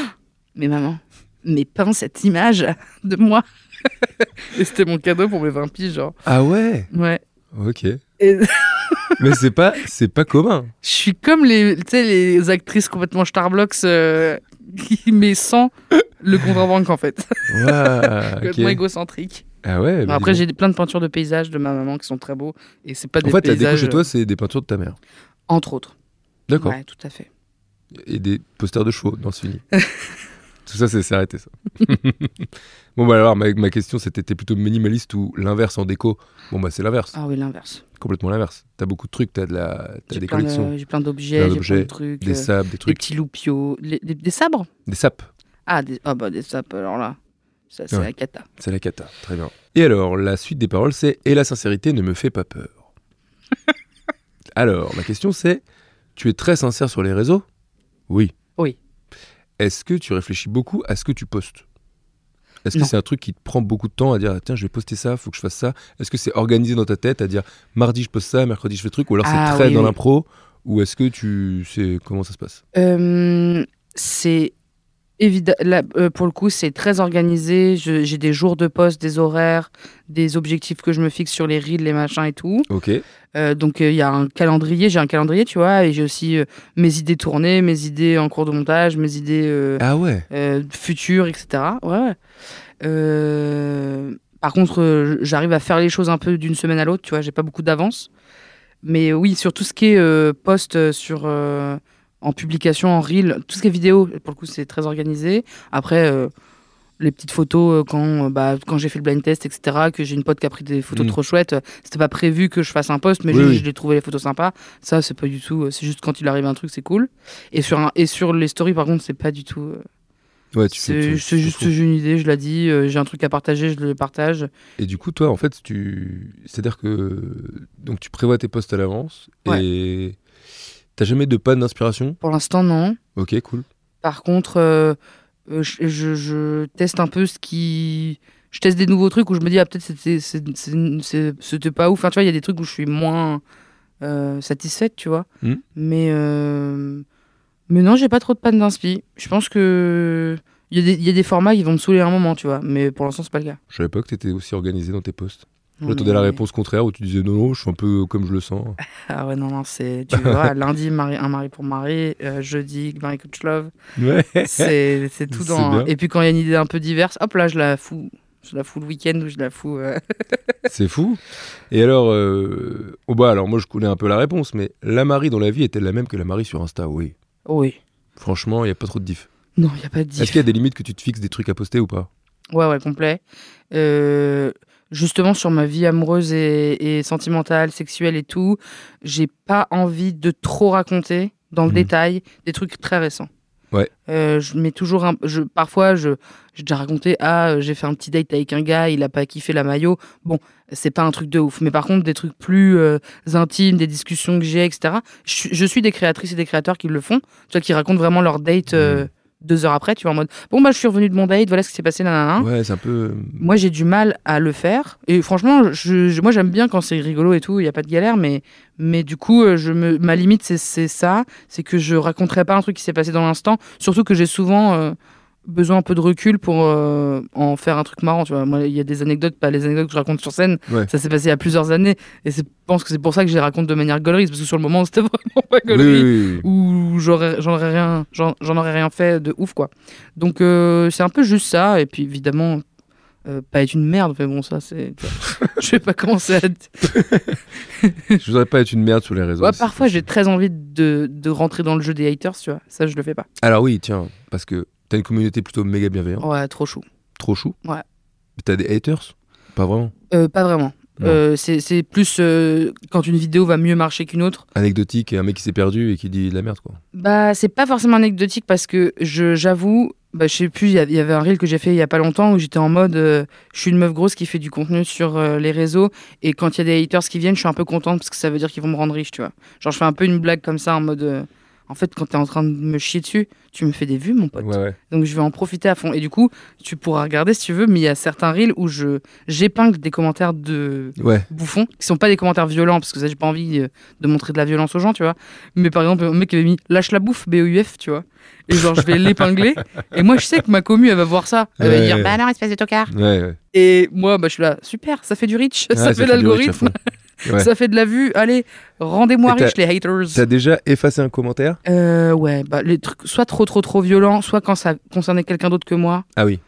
Mais maman, mais peins cette image de moi Et c'était mon cadeau pour mes 20 piges, genre. Ah ouais. Ouais. Ok. Et- mais c'est pas, c'est pas commun. Je suis comme les, tu sais, les actrices complètement starblox euh, qui mais sans le contrebanque en fait, Ouah, complètement ok. égocentrique. Ah ouais. bah, Après dis donc. j'ai des- plein de peintures de paysages de ma maman qui sont très beaux et c'est pas En des fait, la déco paysages euh, chez toi, c'est des peintures de ta mère. entre autres. D'accord. Ouais, tout à fait. Et des posters de chevaux. Non, c'est fini. Tout ça, c'est c'est arrêté, ça. bon, bah alors, ma, ma question, c'était t'es plutôt minimaliste ou l'inverse en déco Bon, bah, c'est l'inverse. Ah oui, l'inverse. Complètement l'inverse. T'as beaucoup de trucs, t'as de la... t'as J'ai des plein, collections. de- j'ai plein d'objets, Plein j'ai plein euh, de d'objets, trucs, Des euh, sables, des des trucs. petits loupiaux, les- des, des sabres Des sapes. Ah des ah bah des sapes alors là. Ça c'est Ouais. la cata. C'est la cata. Très bien. Et alors, la suite des paroles, c'est Et la sincérité ne me fait pas peur. alors, ma question, c'est Tu es très sincère sur les réseaux Oui. Oui. Est-ce que tu réfléchis beaucoup à ce que tu postes Est-ce que Non. c'est un truc qui te prend beaucoup de temps à dire Ah, Tiens, je vais poster ça, faut que je fasse ça Est-ce que c'est organisé dans ta tête à dire Mardi, je poste ça, mercredi, je fais truc Ou alors c'est Ah, très oui, dans oui. l'impro Ou est-ce que tu sais comment ça se passe Euh, c'est évident. Là, euh, pour le coup, c'est très organisé. Je- J'ai des jours de poste, des horaires, des objectifs que je me fixe sur les rides, les machins et tout. Ok. Euh, donc, euh, il y a un calendrier. J'ai un calendrier, tu vois, et j'ai aussi euh, mes idées tournées, mes idées en cours de montage, mes idées euh, Ah ouais euh, futures, etc. Ouais. ouais. Euh, par contre, euh, j'arrive à faire les choses un peu d'une semaine à l'autre. Tu vois, j'ai pas beaucoup d'avance. Mais euh, oui, sur tout ce qui est euh, post sur euh, en publication, en reel, tout ce qui est vidéo, pour le coup, c'est très organisé. Après, euh, les petites photos euh, quand euh, bah, quand j'ai fait le blind test, etc. Que j'ai une pote qui a pris des photos Mm. trop chouettes. euh, C'était pas prévu que je fasse un post, mais Oui, je- oui. je l'ai trouvé les photos sympas. Ça, c'est pas du tout. euh, C'est juste quand il arrive un truc, c'est cool. Et sur un, et sur les stories, par contre, c'est pas du tout. euh, Ouais, tu fais- c'est tu- c'est tu juste fous. j'ai une idée, je la dis, euh, j'ai un truc à partager, je le partage. Et du coup, toi, en fait, tu. C'est-à-dire que. Donc, tu prévois tes postes à l'avance. Ouais. Et. T'as jamais de panne d'inspiration Pour l'instant, non. Ok, cool. Par contre, euh, euh, je, je- je teste un peu ce qui. Je teste des nouveaux trucs où je me dis, ah, peut-être c'était c'est- c'est- c'est- c'était pas ouf. Enfin, tu vois, il y a des trucs où je suis moins euh, satisfaite, tu vois. Mm. Mais, euh, mais non, j'ai pas trop de panne d'inspi. Je pense que. Il y, a des- il y a des formats qui vont me saouler à un moment, tu vois. Mais pour l'instant, c'est pas le cas. Je savais pas que t'étais aussi organisé dans tes postes. Non, J'attendais la mais- réponse contraire où tu disais non, non, je suis un peu comme je le sens. Ah ouais, non, non, c'est. Tu verras, lundi, mari, un mari pour mari. euh, jeudi, Marie Coach Love. Ouais. C'est c'est tout C'est dans. bien. Et puis quand il y a une idée un peu diverse, hop là, je la fous. Je la fous le week-end ou je la fous. euh, C'est fou. Et alors, euh, oh bah alors moi je connais un peu la réponse, mais la Marie dans la vie est-elle la même que la Marie sur Insta Oui. Oui. Franchement, il n'y a pas trop de diff. Non, il n'y a pas de Est-ce diff. qu'il y a des limites que tu te fixes des trucs à poster ou pas Ouais, ouais, complet. Euh, justement, sur ma vie amoureuse et, et sentimentale, sexuelle et tout, j'ai pas envie de trop raconter dans le Mhm. détail des trucs très récents. Ouais. Euh, je mets toujours un. Je, parfois, je, j'ai déjà raconté Ah, euh, j'ai fait un petit date avec un gars, il a pas kiffé la maillot. Bon, c'est pas un truc de ouf. Mais par contre, des trucs plus euh, intimes, des discussions que j'ai, etc. Je, suis- je suis des créatrices et des créateurs qui le font, tu vois, qui racontent vraiment leur date euh, Mhm. deux heures après, tu vois, en mode Bon, bah, je suis revenu de mon date, voilà ce qui s'est passé, nanana. Ouais, c'est un peu. Moi, j'ai du mal à le faire. Et franchement, je, je- moi, j'aime bien quand c'est rigolo et tout, il n'y a pas de galère. Mais, mais du coup, euh, je me, ma limite, c'est- c'est ça. C'est que je raconterai pas un truc qui s'est passé dans l'instant. Surtout que j'ai souvent euh, besoin un peu de recul pour euh, en faire un truc marrant. Tu vois, moi, il y a des anecdotes, pas les anecdotes que je raconte sur scène. Ouais. Ça s'est passé il y a plusieurs années. Et c'est- je pense que c'est pour ça que je les raconte de manière gaulerie. Parce que sur le moment, c'était vraiment pas Oui, gaulerie oui, oui, oui. ou j'aurais j'en aurais rien j'en j'en aurais rien fait de ouf quoi donc euh, c'est un peu juste ça et puis évidemment euh, pas être une merde mais bon ça c'est tu vois, je vais pas commencer à Je voudrais pas être une merde sur les réseaux. Ouais, c'est parfois j'ai possible. très envie de, de rentrer dans le jeu des haters tu vois ça je le fais pas Alors oui, tiens, parce que t'as une communauté plutôt méga bienveillante, ouais trop chou trop chou. Ouais. Mais T'as des haters Pas vraiment. Euh, pas vraiment Non. Euh, c'est c'est plus euh, quand une vidéo va mieux marcher qu'une autre Anecdotique et un mec qui s'est perdu et qui dit de la merde quoi. Bah, c'est pas forcément anecdotique parce que je j'avoue, bah, je sais plus, il y a- il y avait un reel que j'ai fait il y a pas longtemps où j'étais en mode euh, je suis une meuf grosse qui fait du contenu sur euh, les réseaux et quand il y a des haters qui viennent, je suis un peu contente parce que ça veut dire qu'ils vont me rendre riche, tu vois. Genre, je fais un peu une blague comme ça en mode euh, en fait, quand t'es en train de me chier dessus, tu me fais des vues, mon pote. ouais. Donc, je vais en profiter à fond. Et du coup, tu pourras regarder si tu veux, mais il y a certains reels où je j'épingle des commentaires de Ouais. bouffons, qui sont pas des commentaires violents, parce que ça, j'ai pas envie euh, de montrer de la violence aux gens, tu vois. Mais par exemple, un mec qui avait mis lâche la bouffe, BOUF, tu vois. Et genre, je vais l'épingler. Et moi, je sais que ma commu, elle va voir ça. Elle va Ouais. dire, bah alors, espèce de tocard. Ouais, ouais. Et moi, bah, je suis là, super, ça fait du reach, Ouais, ça fait du reach à l'algorithme, fond. Ouais. ça fait de la vue. Allez, rendez-moi Et t'as- riche, les haters. T'as déjà effacé un commentaire Euh, ouais, bah, les trucs, soit trop, trop, trop violents, soit quand ça concernait quelqu'un d'autre que moi. Ah oui.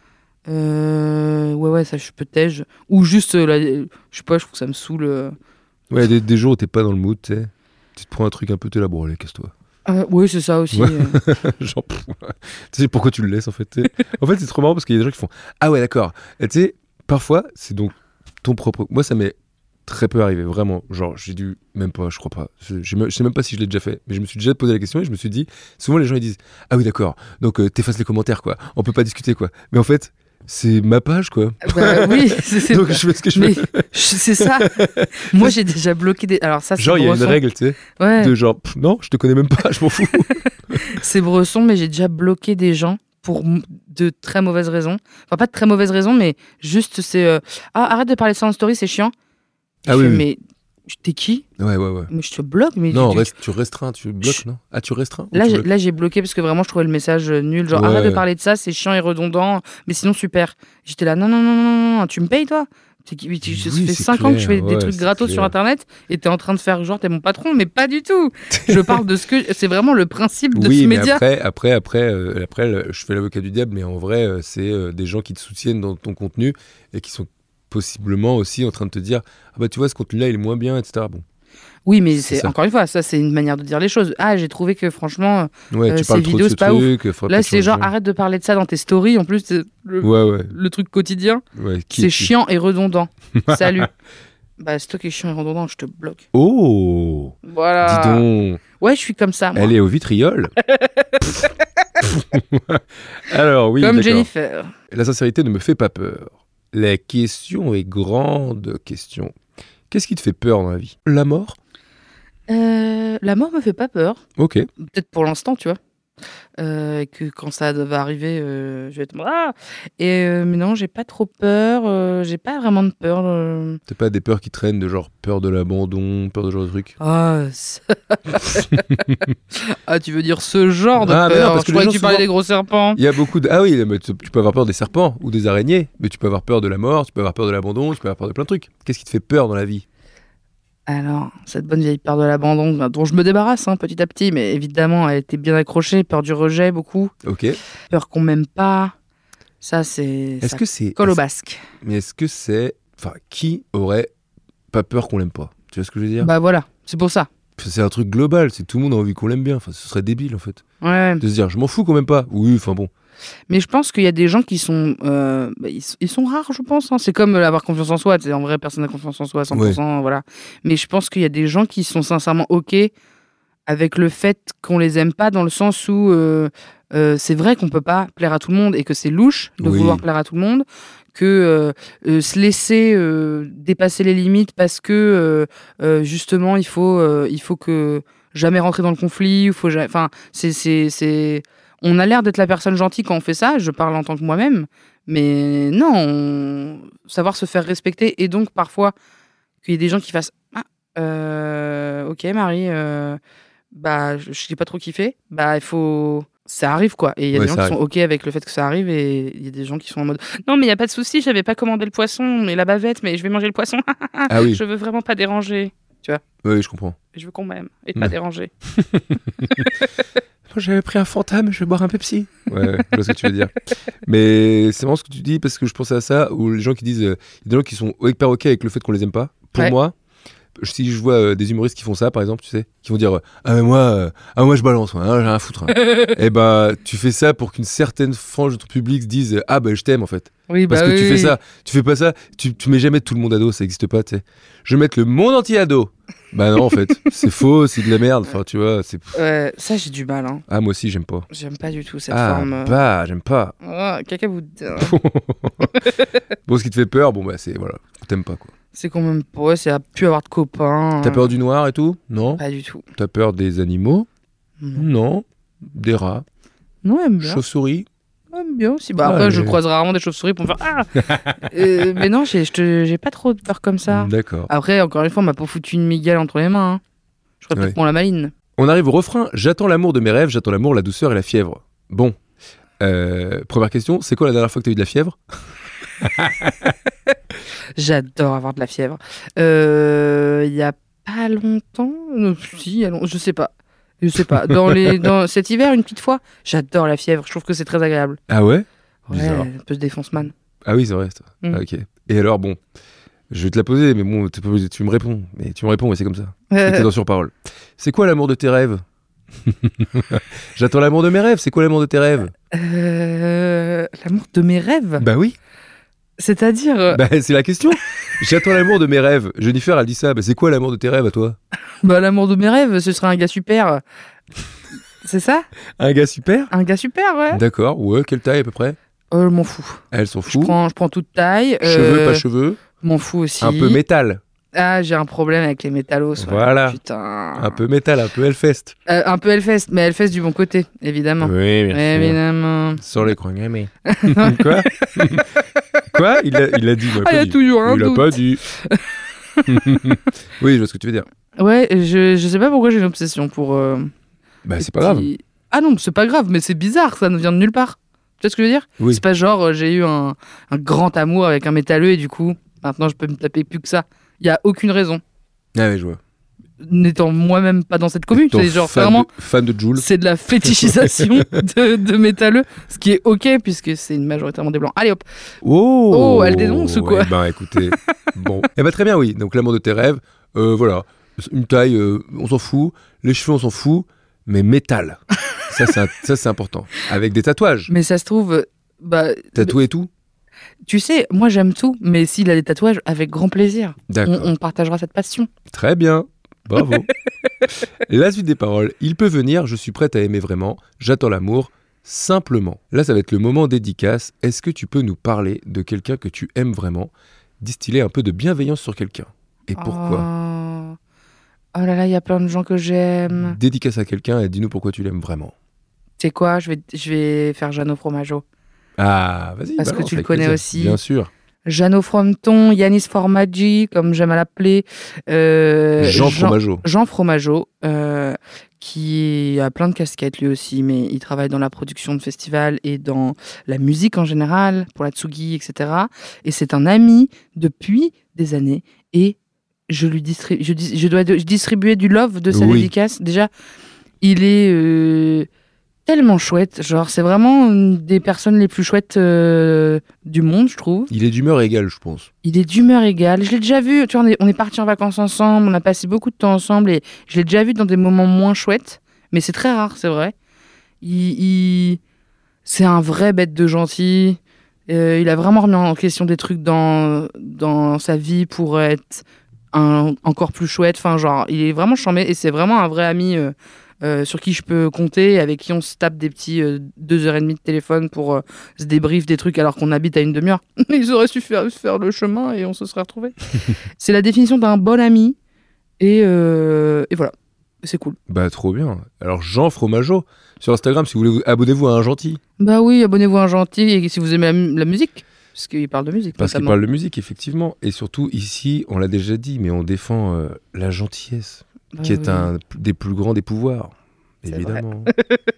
Euh, ouais, ouais, ça, je peux tège. Ou juste, euh, la- je sais pas, je trouve que ça me saoule. euh, Ouais, des, des jours où t'es pas dans le mood, tu sais. Tu te prends un truc un peu, t'es là, bon, allez, casse-toi. euh, ouais, c'est ça aussi. Ouais. euh. Genre, pff, tu sais pourquoi tu le laisses en fait. tu sais. en fait, c'est trop marrant parce qu'il y a des gens qui font Ah ouais, d'accord. Et Tu sais, parfois, c'est donc ton propre. Moi, ça m'est très peu arrivé, vraiment. Genre, j'ai dû, même pas, je crois pas. Je, je me- je sais même pas si je l'ai déjà fait, mais je me suis déjà posé la question et je me suis dit Souvent, les gens ils disent Ah oui, d'accord. Donc, euh, t'effaces les commentaires, quoi. On peut pas discuter, quoi. Mais en fait, c'est ma page, quoi. Bah oui, c'est c'est- Donc, je fais ce que je mais veux. c'est ça. Moi, j'ai déjà bloqué des. Alors ça, c'est Genre, il y a une Bresson. règle, tu sais, Ouais, de genre, Pff, non, je te connais même pas, je m'en fous. c'est Bresson, mais j'ai déjà bloqué des gens pour m- de très mauvaises raisons. Enfin, pas de très mauvaises raisons, mais juste c'est euh, ah arrête de parler de ça en story, c'est chiant. Ah Je oui, fais, oui. Mais Je- T'es qui Ouais, ouais, ouais. Mais je te bloque. Mais Non, tu- reste- tu restreins, tu bloques, non Ah, tu restreins ou Là, tu j'ai- bloques là, j'ai bloqué parce que vraiment, je trouvais le message euh, nul. Genre, Ouais. arrête de parler de ça, c'est chiant et redondant. Mais sinon, super. J'étais là, non, non, non, non, non, non, tu me payes, toi C'est qui- tu- Ça Oui, fait c'est 5 ans que je clair, fais ouais, des trucs c'est gratos sur clair. Internet et t'es en train de faire genre, t'es mon patron, mais pas du tout. je parle de ce que. C'est vraiment le principe de oui, ce mais média. après, après, après, euh, après, le- je fais l'avocat du diable, mais en vrai, euh, c'est euh, des gens qui te soutiennent dans ton contenu et qui sont possiblement aussi en train de te dire ah bah tu vois ce contenu là il est moins bien etc bon Oui, mais C'est c'est ça. encore une fois, ça, c'est une manière de dire les choses. Ah, j'ai trouvé que franchement, ouais Euh, tu ces parles trop vidéos, de ce c'est pas ouf. truc euh, faudrait là, peut-être c'est genre, changer. arrête de parler de ça dans tes stories. En plus, c'est le, ouais ouais le truc quotidien, ouais qui- c'est qui- chiant et redondant. Salut. Bah, c'est toi qui es chiant et redondant, je te bloque. oh Voilà. dis donc Ouais, je suis comme ça. Moi. Elle est au vitriol. Alors oui, comme d'accord. Jennifer. La sincérité ne me fait pas peur. La question est grande question. Qu'est-ce qui te fait peur dans la vie La mort Euh, la mort me fait pas peur. Ok. Peut-être pour l'instant, tu vois. Euh, que quand ça va arriver, euh, je vais être. Ah Et euh, mais non, j'ai pas trop peur. euh, j'ai pas vraiment de peur. euh. T'as pas des peurs qui traînent de genre peur de l'abandon, peur de ce genre de truc Ah, ça- ah, tu veux dire ce genre de Ah, mais non, peur parce que les Je croyais gens que tu parlais souvent- des gros serpents. Il y a beaucoup de... Ah oui, mais tu tu peux avoir peur des serpents ou des araignées, mais tu peux avoir peur de la mort, tu peux avoir peur de l'abandon, tu peux avoir peur de plein de trucs. Qu'est-ce qui te fait peur dans la vie Alors, cette bonne vieille peur de l'abandon, bah, dont je me débarrasse hein, petit à petit, mais évidemment, elle était bien accrochée. Peur du rejet, beaucoup. Ok. Est-ce Peur qu'on m'aime pas. Ça, c'est. ça que c'est... colle au basque. Mais est-ce que c'est... Enfin, qui aurait pas peur qu'on l'aime pas Tu vois ce que je veux dire Bah voilà, c'est pour ça. C'est un truc global, c'est tout le monde a envie qu'on l'aime bien. Enfin, ce serait débile en fait. Ouais. De se dire, je m'en fous quand même pas. Oui, enfin bon. Mais je pense qu'il y a des gens qui sont. euh, bah, ils, ils sont rares, je pense. hein. C'est comme euh, avoir confiance en soi. tu sais, En vrai, personne n'a confiance en soi à 100%. Voilà. Mais je pense qu'il y a des gens qui sont sincèrement OK avec le fait qu'on les aime pas, dans le sens où euh, euh, c'est vrai qu'on peut pas plaire à tout le monde et que c'est louche de Oui. vouloir plaire à tout le monde. Que euh, euh, se laisser euh, dépasser les limites parce que euh, euh, justement il faut euh, il faut que jamais rentrer dans le conflit. il Faut ja- enfin c'est c'est c'est on a l'air d'être la personne gentille quand on fait ça, je parle en tant que moi-même, mais non, on- savoir se faire respecter et donc parfois qu'il y ait des gens qui fassent Ah, euh, ok Marie, euh, bah je je n'ai pas trop kiffé, bah il faut. Ça arrive quoi. Et il y a Ouais, des gens qui ça sont ok avec le fait que ça arrive et il y a des gens qui sont en mode Non, mais il n'y a pas de souci, j'avais pas commandé le poisson, mais la bavette, mais je vais manger le poisson. Ah oui, Je veux vraiment pas déranger. oui, je comprends. Je veux qu'on m'aime et pas Ouais. déranger. Moi, j'avais pris un fantôme, je vais boire un Pepsi. Ouais, je vois ce que tu veux dire. Mais c'est marrant ce que tu dis parce que je pensais à ça où les gens qui disent, euh, il y a des gens qui sont hyper ok avec le fait qu'on les aime pas. Pour Ouais. moi, si je vois euh, des humoristes qui font ça, par exemple, tu sais, qui vont dire, euh, ah mais moi, euh, ah moi je balance, moi, hein, j'ai rien à foutre. Et bah, tu fais ça pour qu'une certaine frange de ton public se dise, euh, ah bah je t'aime en fait. Bah Oui, Parce que tu fais ça, tu fais pas ça, tu, tu mets jamais tout le monde à dos, ça existe pas, tu sais. Je vais mettre le monde entier à dos. Bah non, en fait, c'est faux, c'est de la merde. Enfin, tu vois, c'est. Ouais, ça, j'ai du mal. Hein. Ah, moi aussi, j'aime pas. J'aime pas du tout cette ah, forme. euh. bah, j'aime pas. Ah, cacabou. Bon, ce qui te fait peur, bon, bah, c'est. Voilà, t'aimes pas, quoi. C'est quand même pour eux, c'est à plus avoir de copains. euh, T'as peur du noir et tout Non Pas du tout. T'as peur des animaux Non, Non. Des rats Non, aime bien. Chauves-souris Aime bien aussi. Bah, Ouais, après, je Ah, mais- croise rarement des chauves-souris pour me faire Ah Euh, Mais non, j'ai je te- j'ai pas trop de peur comme ça. D'accord. Après, encore une fois, on m'a pas foutu une migale entre les mains. hein. Je crois Ouais. peut-être qu'on la maline. On arrive au refrain. J'attends l'amour de mes rêves, j'attends l'amour, la douceur et la fièvre. Bon. Euh, première question, c'est quoi la dernière fois que t'as eu de la fièvre J'adore avoir de la fièvre. Euh, Il y a pas longtemps non, Si, il y a long- je sais pas. Je sais pas. Dans les, dans cet hiver, une petite fois, j'adore la fièvre. Je trouve que c'est très agréable. Ah ouais Ouais, Bizarre. un peu se défonce man. Ah oui, c'est vrai. ça. Mm. Ah, ok. Et alors, bon, je vais te la poser, mais bon, t'es pas obligé- tu me réponds. Mais tu me réponds, et c'est comme ça. Euh. C'était dans sur parole. C'est quoi l'amour de tes rêves J'attends l'amour de mes rêves. C'est quoi l'amour de tes rêves Euh, L'amour de mes rêves Bah oui. C'est-à-dire. euh, Bah, c'est la question. J'attends l'amour de mes rêves. Jennifer, elle dit ça. Bah, c'est quoi l'amour de tes rêves à toi Bah, l'amour de mes rêves, ce serait un gars super. C'est ça Un gars super Un gars super, ouais. D'accord. Ouais, quelle taille à peu près Oh, je m'en fous. Elle s'en Je fout. prends, je prends toute taille. Bah. Cheveux, euh, pas cheveux. M'en fous aussi. Un peu métal. Ah, j'ai un problème avec les métallos. ouais. Voilà. Putain. Un peu métal, un peu Hellfest. Euh, un peu Hellfest, mais Hellfest du bon côté, évidemment. Oui, évidemment. Sans les croix gammées. Quoi Quoi il a, il a dit. il a Ah, il y pas a dit. toujours un il a doute. pas dit. Oui, je vois ce que tu veux dire. Ouais, je, je sais pas pourquoi j'ai une obsession pour. euh, Bah, les c'est pas grave. petits- Ah non, c'est pas grave, mais c'est bizarre, ça ne vient de nulle part. Tu vois ce que je veux dire Oui. C'est pas genre euh, j'ai eu un, un grand amour avec un métalleux et du coup, maintenant je peux me taper plus que ça. Il y a aucune raison. Ah ouais, je vois. N'étant moi-même pas dans cette commune, Ton c'est genre fan vraiment. de- fan de Joule. C'est de la fétichisation de, de métalleux, ce qui est ok puisque c'est majoritairement des blancs. Allez hop, Oh, Oh, elle dénonce ou quoi Eh ben, écoutez, bon. Eh ben, très bien, oui. Donc, l'amour de tes rêves, euh, voilà. Une taille, euh, on s'en fout. Les cheveux, on s'en fout. Mais métal. ça, c'est un- ça, c'est important. Avec des tatouages. mais ça se trouve, euh, bah, Tatoué et tout tu sais, moi j'aime tout, mais s'il a des tatouages, avec grand plaisir, on, D'accord. on partagera cette passion. Très bien. Bravo. La suite des paroles. Il peut venir, je suis prête à aimer vraiment. J'attends l'amour. Simplement. Là, ça va être le moment dédicace. Est-ce que tu peux nous parler de quelqu'un que tu aimes vraiment Distiller un peu de bienveillance sur quelqu'un. Et pourquoi Oh, Oh là là, il y a plein de gens que j'aime. Dédicace à quelqu'un et dis-nous pourquoi tu l'aimes vraiment. Tu sais quoi, je vais, je vais faire Jeannot Fromageau. Ah, vas-y. Parce que balance, tu le avec connais plaisir. aussi. Bien sûr. Jeannot Frometon, Yanis Formaggi, comme j'aime à l'appeler. euh, Jean Fromageau. Jean Fromageau, euh, qui a plein de casquettes lui aussi, mais il travaille dans la production de festivals et dans la musique en général, pour la Tsugi, etc. Et c'est un ami depuis des années. Et je lui distribue, je, dis- je dois de- je distribuer du love de sa Oui. dédicace. Déjà, il est euh, tellement chouette. Genre, c'est vraiment une des personnes les plus chouettes euh, du monde, je trouve. Il est d'humeur égale, je pense. Il est d'humeur égale. Je l'ai déjà vu. Tu vois, on est, on est parti en vacances ensemble. On a passé beaucoup de temps ensemble. Et je l'ai déjà vu dans des moments moins chouettes. Mais c'est très rare, c'est vrai. Il, il- c'est un vrai bête de gentil. Euh, il a vraiment remis en question des trucs dans, dans sa vie pour être un- encore plus chouette. Enfin, genre, il est vraiment charmé. Et c'est vraiment un vrai ami euh, euh, sur qui je peux compter. Avec qui on se tape des petits euh, deux heures et demie de téléphone pour euh, se débrief des trucs alors qu'on habite à une demi-heure. Ils auraient su faire, faire le chemin et on se serait retrouvés. c'est la définition d'un bon ami. Et, euh, et voilà. C'est cool. Bah, trop bien. Alors, Jean Fromageau, sur Instagram, si vous voulez, vous- abonnez-vous à un gentil. Bah oui, abonnez-vous à un gentil et si vous aimez la, mu- la musique. Parce qu'il parle de musique. Parce qu'il notamment. parle de musique, effectivement. Et surtout, ici, on l'a déjà dit, mais on défend euh, la gentillesse, Bah qui est oui. un p- des plus grands des pouvoirs. C'est Évidemment.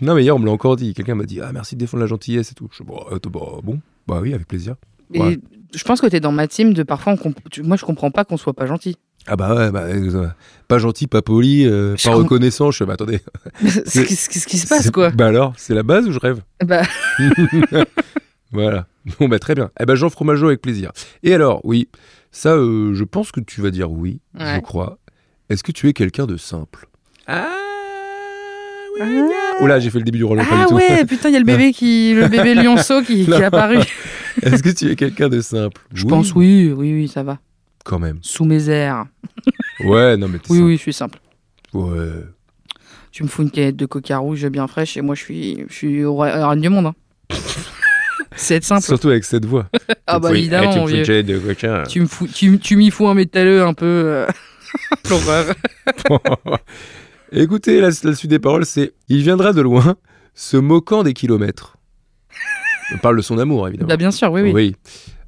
non, mais hier, on me l'a encore dit. Quelqu'un m'a dit Ah, merci de défendre la gentillesse et tout. Je dis Bah, euh, t- bah, Bon, bah oui, avec plaisir. Et Ouais. je pense que t'es dans ma team de parfois, on comp- tu- moi je comprends pas qu'on soit pas gentil. Ah, bah ouais, bah, euh, pas gentil, pas poli, euh, Je pas com- reconnaissant. Je fais Bah, attendez. C'est ce qui- ce qui se passe C'est- quoi. Bah alors, c'est la base ou je rêve Bah, Voilà. Bon, bah très bien. Eh ben, Jean Fromageau, avec plaisir. Et alors, oui, ça, euh, je pense que tu vas dire oui, je Ouais. crois. Est-ce que tu es quelqu'un de simple Ah Oh là, j'ai fait le début du Roland pas du ah tout. ouais, putain, il y a le bébé qui, le bébé lionceau qui, qui est Non. apparu. Est-ce que tu es quelqu'un de simple Je pense oui, oui, oui, ça va. Quand même. Sous mes airs. Ouais, non, mais t'es Oui, simple. oui, je suis simple. Ouais. Tu me fous une canette de coca rouge bien fraîche et moi je suis, je suis au roi- au règne du monde. hein. c'est être simple. Surtout avec cette voix. Ah bah Oui. évidemment, Eh, tu me mon fous une vieux. canette de coca. Tu me fous, tu, tu m'y fous un métalleux un peu. euh, L'horreur. Écoutez, la, la suite des paroles, c'est Il viendra de loin, se moquant des kilomètres. On parle de son amour, évidemment. Bah bien sûr, oui, oui.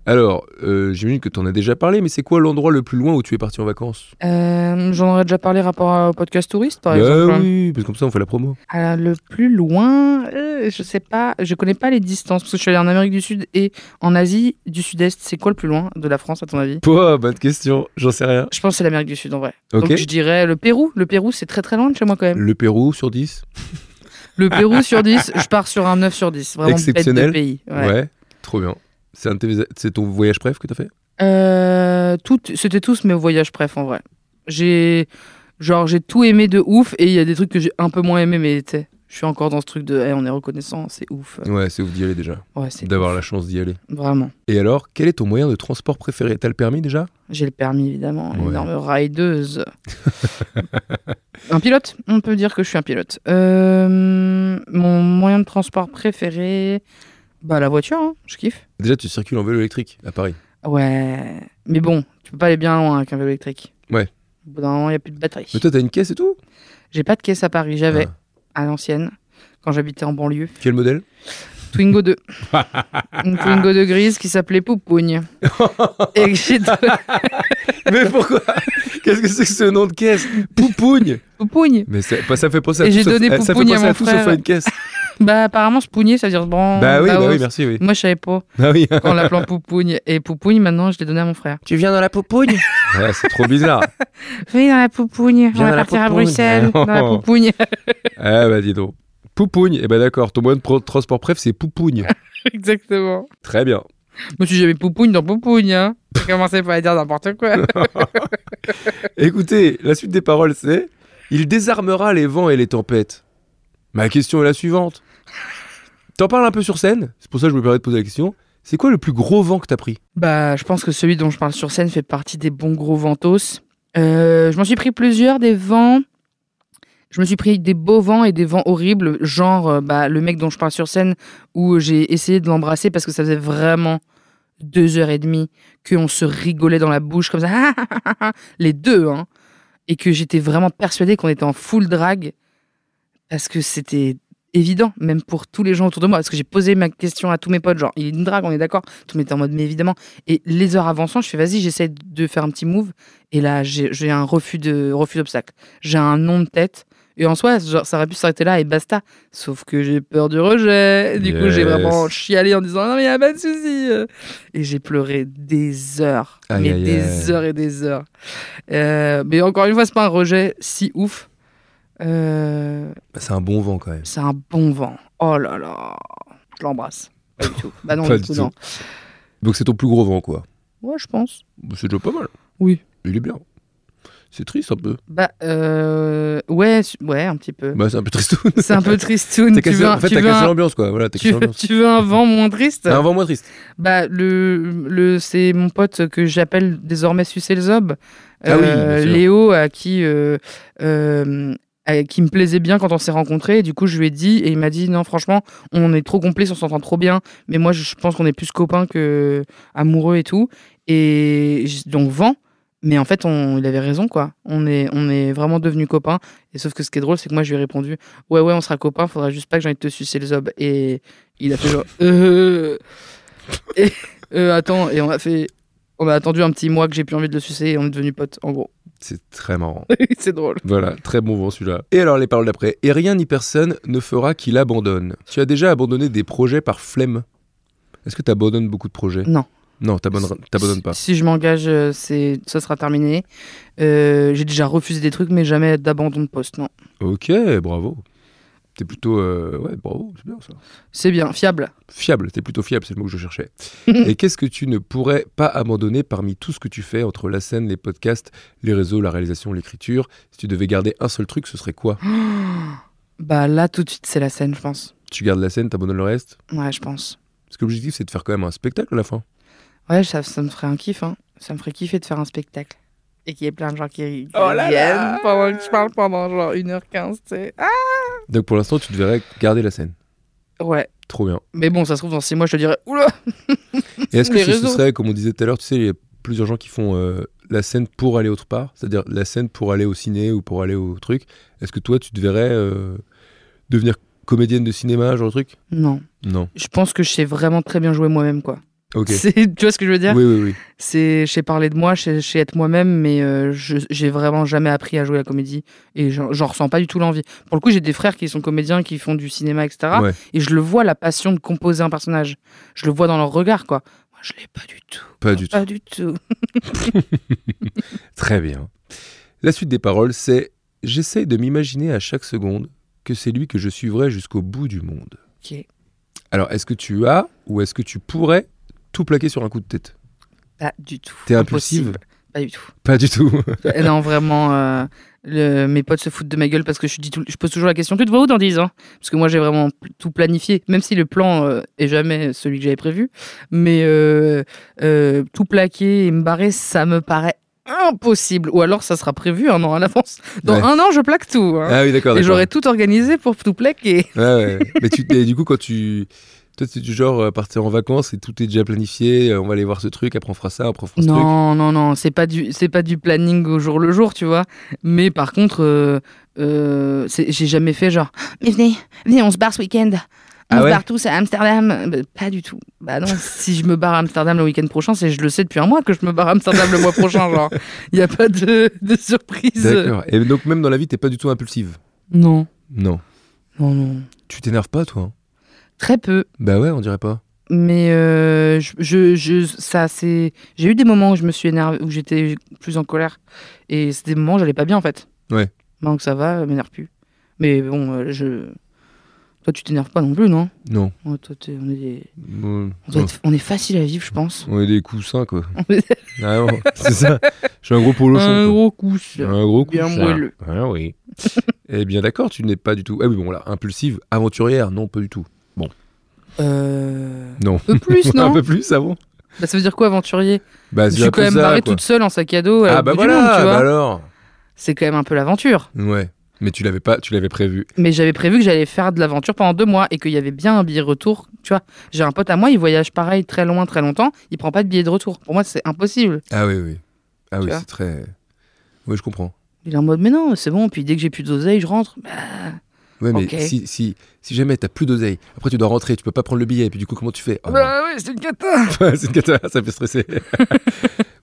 Alors, euh, j'imagine que tu en as déjà parlé, mais c'est quoi l'endroit le plus loin où tu es parti en vacances Euh, J'en aurais déjà parlé rapport à- au podcast touriste, par Bah exemple. hein. oui, parce que comme ça on fait la promo. Ah, le plus loin, euh, je sais pas, je connais pas les distances parce que je suis allé en Amérique du Sud et en Asie du Sud-Est. C'est quoi le plus loin de la France à ton avis Pouah, bonne question, j'en sais rien. Je pense que c'est l'Amérique du Sud en vrai. Ok. Donc je dirais le Pérou. Le Pérou, c'est très très loin de chez moi quand même. Le Pérou sur 10 Le Pérou sur 10, je pars sur un 9 sur 10. Vraiment Exceptionnel. bête de pays. ouais. trop bien. C'est un de tes- c'est ton voyage préf que t'as fait Euh, tout- C'était tous mes voyages préf en vrai. J'ai genre j'ai tout aimé de ouf et il y a des trucs que j'ai un peu moins aimé mais tu sais, je suis encore dans ce truc de Eh, on est reconnaissant, c'est ouf. Ouais, c'est ouf d'y aller déjà, Ouais, Euh. c'est d'avoir ouf. la chance d'y aller. Vraiment. Et alors, quel est ton moyen de transport préféré T'as le permis déjà J'ai le permis évidemment, Ouais. énorme rideuse. un pilote, on peut dire que je suis un pilote. Euh, mon moyen de transport préféré, bah la voiture, hein, je kiffe. Déjà, tu circules en vélo électrique à Paris. Ouais, mais bon, tu peux pas aller bien loin avec un vélo électrique. Ouais. Au bout d'un moment, il n'y a plus de batterie. Mais toi, t'as une caisse et tout J'ai pas de caisse à Paris, j'avais Ah. à l'ancienne, quand j'habitais en banlieue. Quel modèle Twingo 2. Une Twingo de grise qui s'appelait Poupougne. Et que j'ai donné- Mais pourquoi Qu'est-ce que c'est que ce nom de caisse Poupougne Poupougne Mais ça, bah, ça fait penser à Et tout j'ai sauf- donné eh, ça fait Poupougne à penser à, mon tout frère. Ah, sauf à une caisse. Bah apparemment, se pougner, ça veut dire se branle. bah oui, bah oui, baos. merci, oui. Moi, je savais pas Ah oui. en l'appelant Poupougne. Et Poupougne, maintenant, je l'ai donné à mon frère. Tu viens dans la poupougne C'est trop bizarre. Oui, dans la Poupougne. Viens on dans va la partir à Poupougne. Bruxelles. Ah non. dans la Poupougne. Ah bah dis donc. Poupougne, eh ben d'accord, ton moyen de pro- transport bref, c'est Poupougne. Exactement. Très bien. Je me suis jamais Poupougne dans Poupougne. Hein. J'ai commencé par dire n'importe quoi. Écoutez, la suite des paroles c'est Il désarmera les vents et les tempêtes. Ma question est la suivante. T'en parles un peu sur scène, c'est pour ça que je me permets de poser la question. C'est quoi le plus gros vent que t'as pris Bah, je pense que celui dont je parle sur scène fait partie des bons gros ventos. Euh, je m'en suis pris plusieurs, des vents. Je me suis pris des beaux vents et des vents horribles, genre euh, bah, le mec dont je parle sur scène où j'ai essayé de l'embrasser parce que ça faisait vraiment deux heures et demie qu'on se rigolait dans la bouche comme ça, les deux, hein, et que j'étais vraiment persuadée qu'on était en full drag parce que c'était évident, même pour tous les gens autour de moi, parce que j'ai posé ma question à tous mes potes, genre il est une drague, on est d'accord, tout le monde était en mode mais évidemment. Et les heures avançant, je fais vas-y, j'essaie de faire un petit move. Et là, j'ai j'ai un refus de refus d'obstacle. J'ai un nom de tête. Et en soi, genre, ça aurait pu s'arrêter là et basta. Sauf que j'ai peur du rejet. Du coup, j'ai Yes. vraiment chialé en disant non mais y a pas de souci. Et j'ai pleuré des heures, Aïe, mais aïe, des aïe. heures et des heures. Euh, mais encore une fois, c'est pas un rejet si ouf. Euh, Bah, C'est un bon vent quand même. c'est un bon vent. Oh là là, je l'embrasse. Pas du tout. Bah non, Pas du du tout, tout. non. Donc c'est ton plus gros vent quoi. Ouais, je pense. Bah, C'est déjà pas mal. Oui. Il est bien. C'est triste un peu. Bah euh, ouais, su- ouais, un petit peu. Bah, c'est un peu triste. C'est un peu T'as tristoun. Tu cassé- veux, un- en fait, tu t'as veux cassé un- l'ambiance, quoi. Voilà, t'as tu cassé veux- l'ambiance. Ah tu veux un vent moins triste Un vent moins triste. Bah, le, le, c'est mon pote que j'appelle désormais Sucer le Zob. Euh, Ah oui, bien sûr. Léo, à qui, euh, euh, à qui me plaisait bien quand on s'est rencontrés. Et du coup, je lui ai dit, et il m'a dit Non, franchement, on est trop complices, on s'entend trop bien. Mais moi, je pense qu'on est plus copains que amoureux et tout. Et j- donc, vent. Mais en fait, on, il avait raison, quoi. On est, on est vraiment devenus copains. Et sauf que ce qui est drôle, c'est que moi, je lui ai répondu Ouais, ouais, on sera copains, faudra juste pas que j'ai envie de te sucer le zob. Et il a fait genre Euh. Et, euh, attends, et on a fait. On a attendu un petit mois que j'ai plus envie de le sucer et on est devenus potes, en gros. C'est très marrant. c'est drôle. Voilà, très bon vent celui-là. Et alors les paroles d'après. Et rien ni personne ne fera qu'il abandonne. Tu as déjà abandonné des projets par flemme. Est-ce que t'abandonnes beaucoup de projets Non. Non, t'abandonnes t'abandonnes pas. Si, si je m'engage, euh, c'est ça sera terminé. Euh, j'ai déjà refusé des trucs, mais jamais d'abandon de poste, non. Ok, bravo. T'es plutôt... euh, Ouais, bravo, c'est bien ça. C'est bien, fiable. Fiable, t'es plutôt fiable, c'est le mot que je cherchais. Et qu'est-ce que tu ne pourrais pas abandonner parmi tout ce que tu fais entre la scène, les podcasts, les réseaux, la réalisation, l'écriture Si tu devais garder un seul truc, ce serait quoi Bah là, tout de suite, c'est la scène, je pense. Tu gardes la scène, t'abandonnes le reste Ouais, je pense. Parce que l'objectif, c'est de faire quand même un spectacle à la fin. Ouais, ça, ça me ferait un kiff, hein. Ça me ferait kiffer de faire un spectacle. Et qu'il y ait plein de gens qui ri- Oh là viennent là pendant que je parle pendant genre 1h15, tu sais. Ah Donc pour l'instant, tu devrais garder la scène. ouais. Trop bien. Mais bon, ça se trouve, dans 6 mois, je te dirais, oula Et est-ce que Les ce, ce réseaux. serait, comme on disait tout à l'heure, tu sais, il y a plusieurs gens qui font euh, la scène pour aller autre part, c'est-à-dire la scène pour aller au ciné ou pour aller au truc. Est-ce que toi, tu devrais euh, devenir comédienne de cinéma, genre le truc Non. Non. Je pense que je sais vraiment très bien jouer moi-même, quoi. Ok. C'est- Tu vois ce que je veux dire Oui, oui, oui. C'est, je sais parler de moi, je sais, je sais être moi-même, mais euh, je- j'ai vraiment jamais appris à jouer à la comédie et j'en j'en ressens pas du tout l'envie. Pour le coup, j'ai des frères qui sont comédiens, qui font du cinéma, etc. Ouais. Et je le vois la passion de composer un personnage. Je le vois dans leur regard, quoi. Moi, je l'ai pas du tout. Pas du tout. Pas du tout. Très bien. La suite des paroles, c'est J'essaye de m'imaginer à chaque seconde que c'est lui que je suivrai jusqu'au bout du monde. Ok. Alors, est-ce que tu as ou est-ce que tu pourrais tout plaquer sur un coup de tête Pas du tout. T'es Impossible. impulsive Pas du tout. Pas du tout. Euh, non, vraiment. euh, le- mes potes se foutent de ma gueule parce que je, dis tout- je pose toujours la question Tu te vois où dans 10 ans Parce que moi, j'ai vraiment pl- tout planifié, même si le plan euh, est jamais celui que j'avais prévu. Mais euh, euh, tout plaquer et me barrer, ça me paraît impossible. Ou alors, ça sera prévu un an à l'avance. Dans Ouais. un an, je plaque tout. hein. Ah oui, d'accord. et d'accord. j'aurais tout organisé pour tout plaquer. Ouais, ouais. Mais tu, et du coup, quand tu. Toi, tu es du genre euh, partir en vacances et tout est déjà planifié. euh, on va aller voir ce truc, après on fera ça, après on fera ce truc. Non, non, non, c'est pas du, c'est pas du planning au jour le jour, tu vois. Mais par contre, euh, euh, c'est- j'ai jamais fait genre, mais venez, venez, on se barre ce week-end. On Ah ouais part tous à Amsterdam. Bah, pas du tout. Bah non, si je me barre à Amsterdam le week-end prochain, c'est je le sais depuis un mois que je me barre à Amsterdam le mois prochain. Genre, il n'y a pas de, de surprise. D'accord. Et donc, même dans la vie, t'es pas du tout impulsive. Non, Non. non, non. Tu t'énerves pas, toi hein Très peu. Bah ouais, on dirait pas. Mais euh, je, je, je- ça, c'est. J'ai eu des moments où je me suis énervée, où j'étais plus en colère. Et c'est des moments où j'allais pas bien, en fait. Ouais. Maintenant que ça va, euh, m'énerve plus. Mais bon, euh, je. Toi, tu t'énerves pas non plus, non Non. Ouais, toi, t'es- on, est des- Bon, on doit non. être- on est facile à vivre, je pense. On est des coussins, quoi. Ah non, c'est ça. Je suis un gros polochon. Un quoi. gros coup. ça. Un gros Bien coussin. moelleux. Ah oui. eh bien, d'accord, tu n'es pas du tout. Ah oui, bon, là, impulsive, aventurière, non, pas du tout. Euh... Non. Un peu plus, non un peu plus, ah bon Bah, Ça veut dire quoi, aventurier Bah, Je c'est suis un quand peu même ça, barré quoi. toute seule en sac à dos. à Ah bah l'autre bout du voilà, monde, tu vois. bah alors. C'est quand même un peu l'aventure. Ouais. Mais tu l'avais pas, tu l'avais prévu. Mais j'avais prévu que j'allais faire de l'aventure pendant deux mois et qu'il y avait bien un billet retour. Tu vois, j'ai un pote à moi, il voyage pareil très loin, très longtemps, il prend pas de billet de retour. Pour moi, c'est impossible. Ah oui, oui. Ah oui, vois c'est très. Oui, je comprends. Il est en mode, mais non, c'est bon. Puis dès que j'ai plus d'oseille, je rentre. Bah, Ouais, mais Ok. si, si, si jamais t'as plus d'oseille, après tu dois rentrer, tu peux pas prendre le billet, et puis du coup, comment tu fais Oh, non. bah ouais, c'est une cata. C'est une cata, ça fait stresser.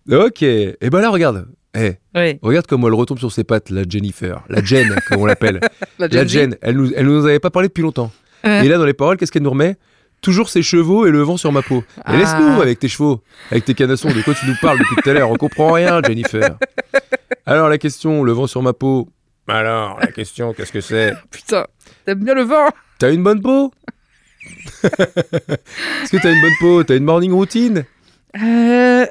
ok. Et ben là, regarde. Eh, Ouais, regarde comme elle retombe sur ses pattes, la Jennifer, la Jen, comme on l'appelle. La la Gen Z. Jen, elle nous, elle nous avait pas parlé depuis longtemps. Ouais. Et là, dans les paroles, qu'est-ce qu'elle nous remet Toujours ses chevaux et le vent sur ma peau. Et Ah. laisse-nous avec tes chevaux, avec tes canassons, de quoi tu nous parles depuis tout à l'heure On comprend rien, Jennifer. Alors, la question, le vent sur ma peau. Alors, la question, qu'est-ce que c'est Putain, t'aimes bien le vent T'as une bonne peau Est-ce que t'as une bonne peau T'as une morning routine Euh,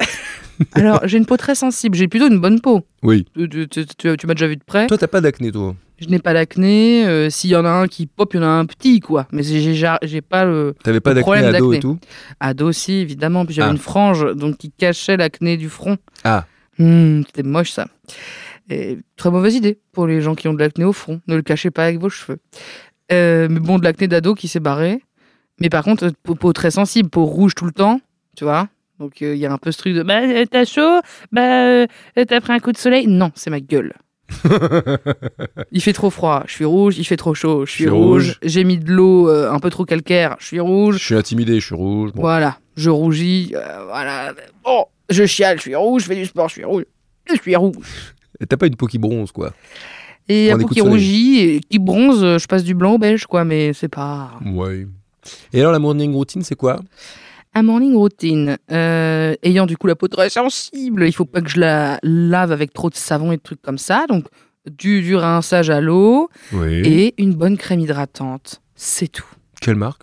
Alors, j'ai une peau très sensible. J'ai plutôt une bonne peau. Oui. Tu, tu- tu- tu- tu m'as déjà vu de près. Toi, t'as pas d'acné, toi. Je n'ai pas d'acné. euh, S'il y en a un qui pop, il y en a un petit, quoi. Mais j'ai- j'ai ja- j'ai pas le. T'avais pas Le d'acné problème à dos d'acné. et tout. Ado aussi, évidemment. Puis j'avais Ah. une frange donc qui cachait l'acné du front. Ah. Hmm, C'était moche ça. Et très mauvaise idée pour les gens qui ont de l'acné au front. Ne le cachez pas avec vos cheveux. Euh, mais bon, de l'acné d'ado qui s'est barré. Mais par contre, euh, peau, peau très sensible, peau rouge tout le temps, tu vois. Donc euh, il y a un peu ce truc de bah euh, t'as chaud, bah euh, t'as pris un coup de soleil. Non, c'est ma gueule. il fait trop froid, je suis rouge. Il fait trop chaud, je suis rouge. rouge. J'ai mis de l'eau euh, un peu trop calcaire, je suis rouge. Je suis intimidé, je suis rouge. Bon. Voilà, je rougis, euh, voilà. Bon, je chiale, je suis rouge, je fais du sport, je suis rouge. Je suis rouge. Et T'as pas une peau qui bronze, quoi. Et Prends la des peau coups qui de soleil. rougit, et qui bronze, euh, je passe du blanc au beige, quoi, mais c'est pas. Ouais. Et alors, la morning routine, c'est quoi Un morning routine. euh, ayant du coup la peau très sensible, il faut pas que je la lave avec trop de savon et de trucs comme ça. Donc, du, du rinçage à l'eau Oui. et une bonne crème hydratante. C'est tout. Quelle marque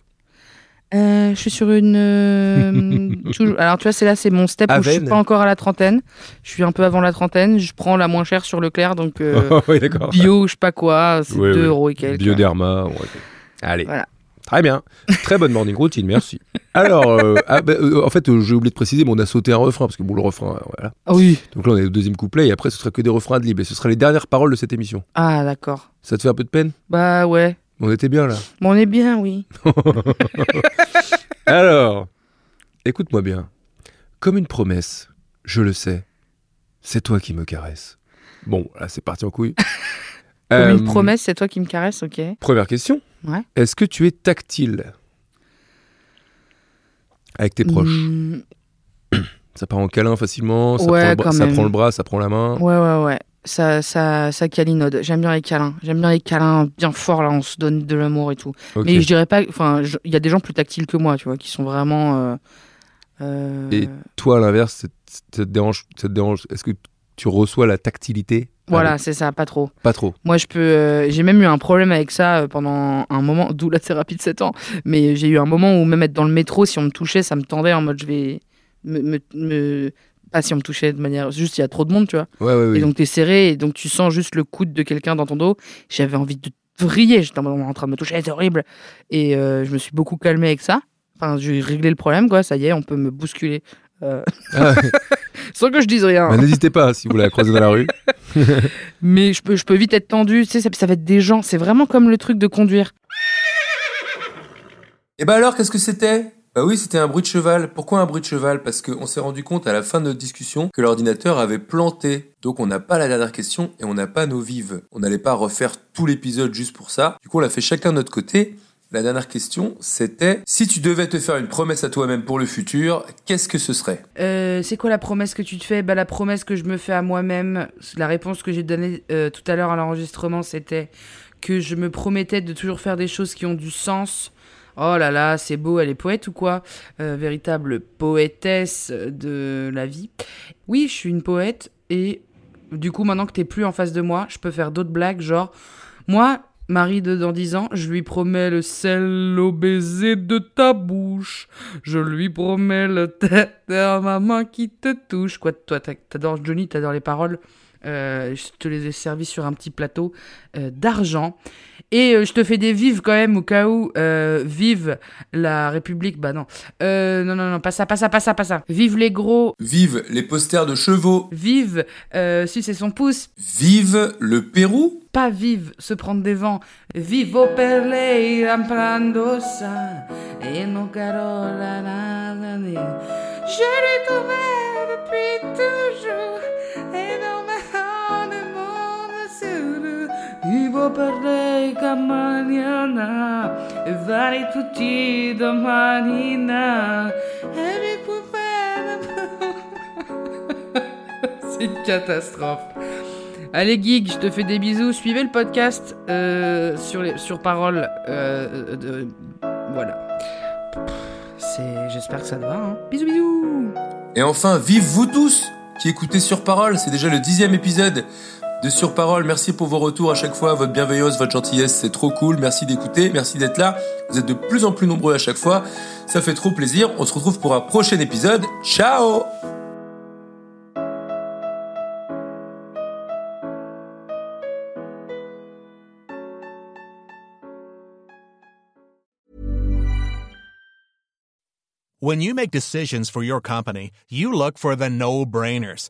Euh, je suis sur une. euh, toujours- Alors, tu vois, c'est là, c'est mon step où je suis Aven. pas encore à la trentaine. Je suis un peu avant la trentaine. Je prends la moins chère sur Leclerc, donc euh, Oui, d'accord. bio, je sais pas quoi, c'est Ouais, 2 ouais. euros et quelques. Bioderma. ouais, ok. Allez. Voilà. Très bien. Très bonne morning routine, merci. Alors, euh, ah, bah, euh, en fait, euh, j'ai oublié de préciser, mais on a sauté un refrain, parce que bon, le refrain, euh, voilà. Ah oui. Donc là, on est au deuxième couplet, et après, ce sera que des refrains ad lib, et ce sera les dernières paroles de cette émission. Ah, d'accord. Ça te fait un peu de peine Bah ouais. On était bien, là. Bon, on est bien, oui. Alors, écoute-moi bien. Comme une promesse, je le sais, c'est toi qui me caresses. Bon, là, c'est parti en couille. Comme Euh, une promesse, c'est toi qui me caresse, ok. Première question. Ouais. Est-ce que tu es tactile avec tes proches Hmm, Ça part en câlin facilement, ça, Ouais, prend, le bras, quand ça même. prend le bras, ça prend la main. ouais, ouais, ouais. Ça, ça, ça câlinode. J'aime bien les câlins. J'aime bien les câlins bien forts, là, on se donne de l'amour et tout. Ok. Mais je dirais pas. Enfin, je- il y a des gens plus tactiles que moi, tu vois, qui sont vraiment. euh, euh, Et Toi, à l'inverse, ça te- ça te dérange, ça te dérange. Est-ce que tu reçois la tactilité Voilà, Allez, c'est ça, pas trop. pas trop. Moi, je peux. euh, j'ai même eu un problème avec ça euh, pendant un moment, d'où la thérapie de 7 ans. Mais j'ai eu un moment où, même être dans le métro, si on me touchait, ça me tendait en mode je vais. Me, me- me- Pas si on me touchait de manière. Juste, il y a trop de monde, tu vois. Ouais, ouais, Et ouais. donc, t'es serré, et donc tu sens juste le coude de quelqu'un dans ton dos. J'avais envie de vriller, j'étais en mode, on est en train de me toucher, c'est horrible. Et euh, je me suis beaucoup calmé avec ça. Enfin, j'ai réglé le problème, quoi, ça y est, on peut me bousculer. euh, Ah, sans que je dise rien. bah, N'hésitez pas si vous la croisez dans la rue. Mais je peux, je peux vite être tendu, tu sais, ça, ça va être des gens. C'est vraiment comme le truc de conduire. Et bah alors, qu'est-ce que c'était Bah oui, c'était un bruit de cheval. Pourquoi un bruit de cheval Parce qu'on s'est rendu compte à la fin de notre discussion que l'ordinateur avait planté. Donc on n'a pas la dernière question et on n'a pas nos vives. On n'allait pas refaire tout l'épisode juste pour ça. Du coup, on l'a fait chacun de notre côté. La dernière question, c'était si tu devais te faire une promesse à toi-même pour le futur, qu'est-ce que ce serait Euh, c'est quoi la promesse que tu te fais bah, La promesse que je me fais à moi-même, la réponse que j'ai donnée euh, tout à l'heure à l'enregistrement, c'était que je me promettais de toujours faire des choses qui ont du sens. Oh là là, c'est beau, elle est poète ou quoi Euh, Véritable poétesse de la vie. Oui, je suis une poète et du coup, maintenant que t'es plus en face de moi, je peux faire d'autres blagues, genre, moi, Marie de dans 10 ans, je lui promets le sel au baiser de ta bouche. Je lui promets le tête à ma main qui te touche. Quoi, toi, t'as- t'adores Johnny, t'adores les paroles. Euh, je te les ai servies sur un petit plateau euh, d'argent. Et euh, je te fais des vives quand même, au cas où. euh, vive la République. Bah non. Euh, non, non, non, pas ça, pas ça, pas ça, pas ça. Vive les gros. Vive les posters de chevaux Vive euh, sucer son pouce. Vive le Pérou Pas vive se prendre des vents. Vivo per lei amplando sa. E non caro la la la la. Je l'ai trouvé depuis toujours et dans ma hand le monde sur Il va parler comme mañana e fare tutti domanina et lui pouvait C'est une catastrophe. Allez Gig, je te fais des bisous. Suivez le podcast euh, sur, les, sur parole. euh, euh, de- voilà. Pff, c'est- J'espère que ça te va. hein. Bisous bisous Et enfin, vive vous tous qui écoutez Sur Parole, c'est déjà le dixième épisode de Sur Parole. Merci pour vos retours à chaque fois, votre bienveillance, votre gentillesse, c'est trop cool. Merci d'écouter, merci d'être là. Vous êtes de plus en plus nombreux à chaque fois, ça fait trop plaisir. On se retrouve pour un prochain épisode. Ciao When you make decisions for your company, you look for the no brainers.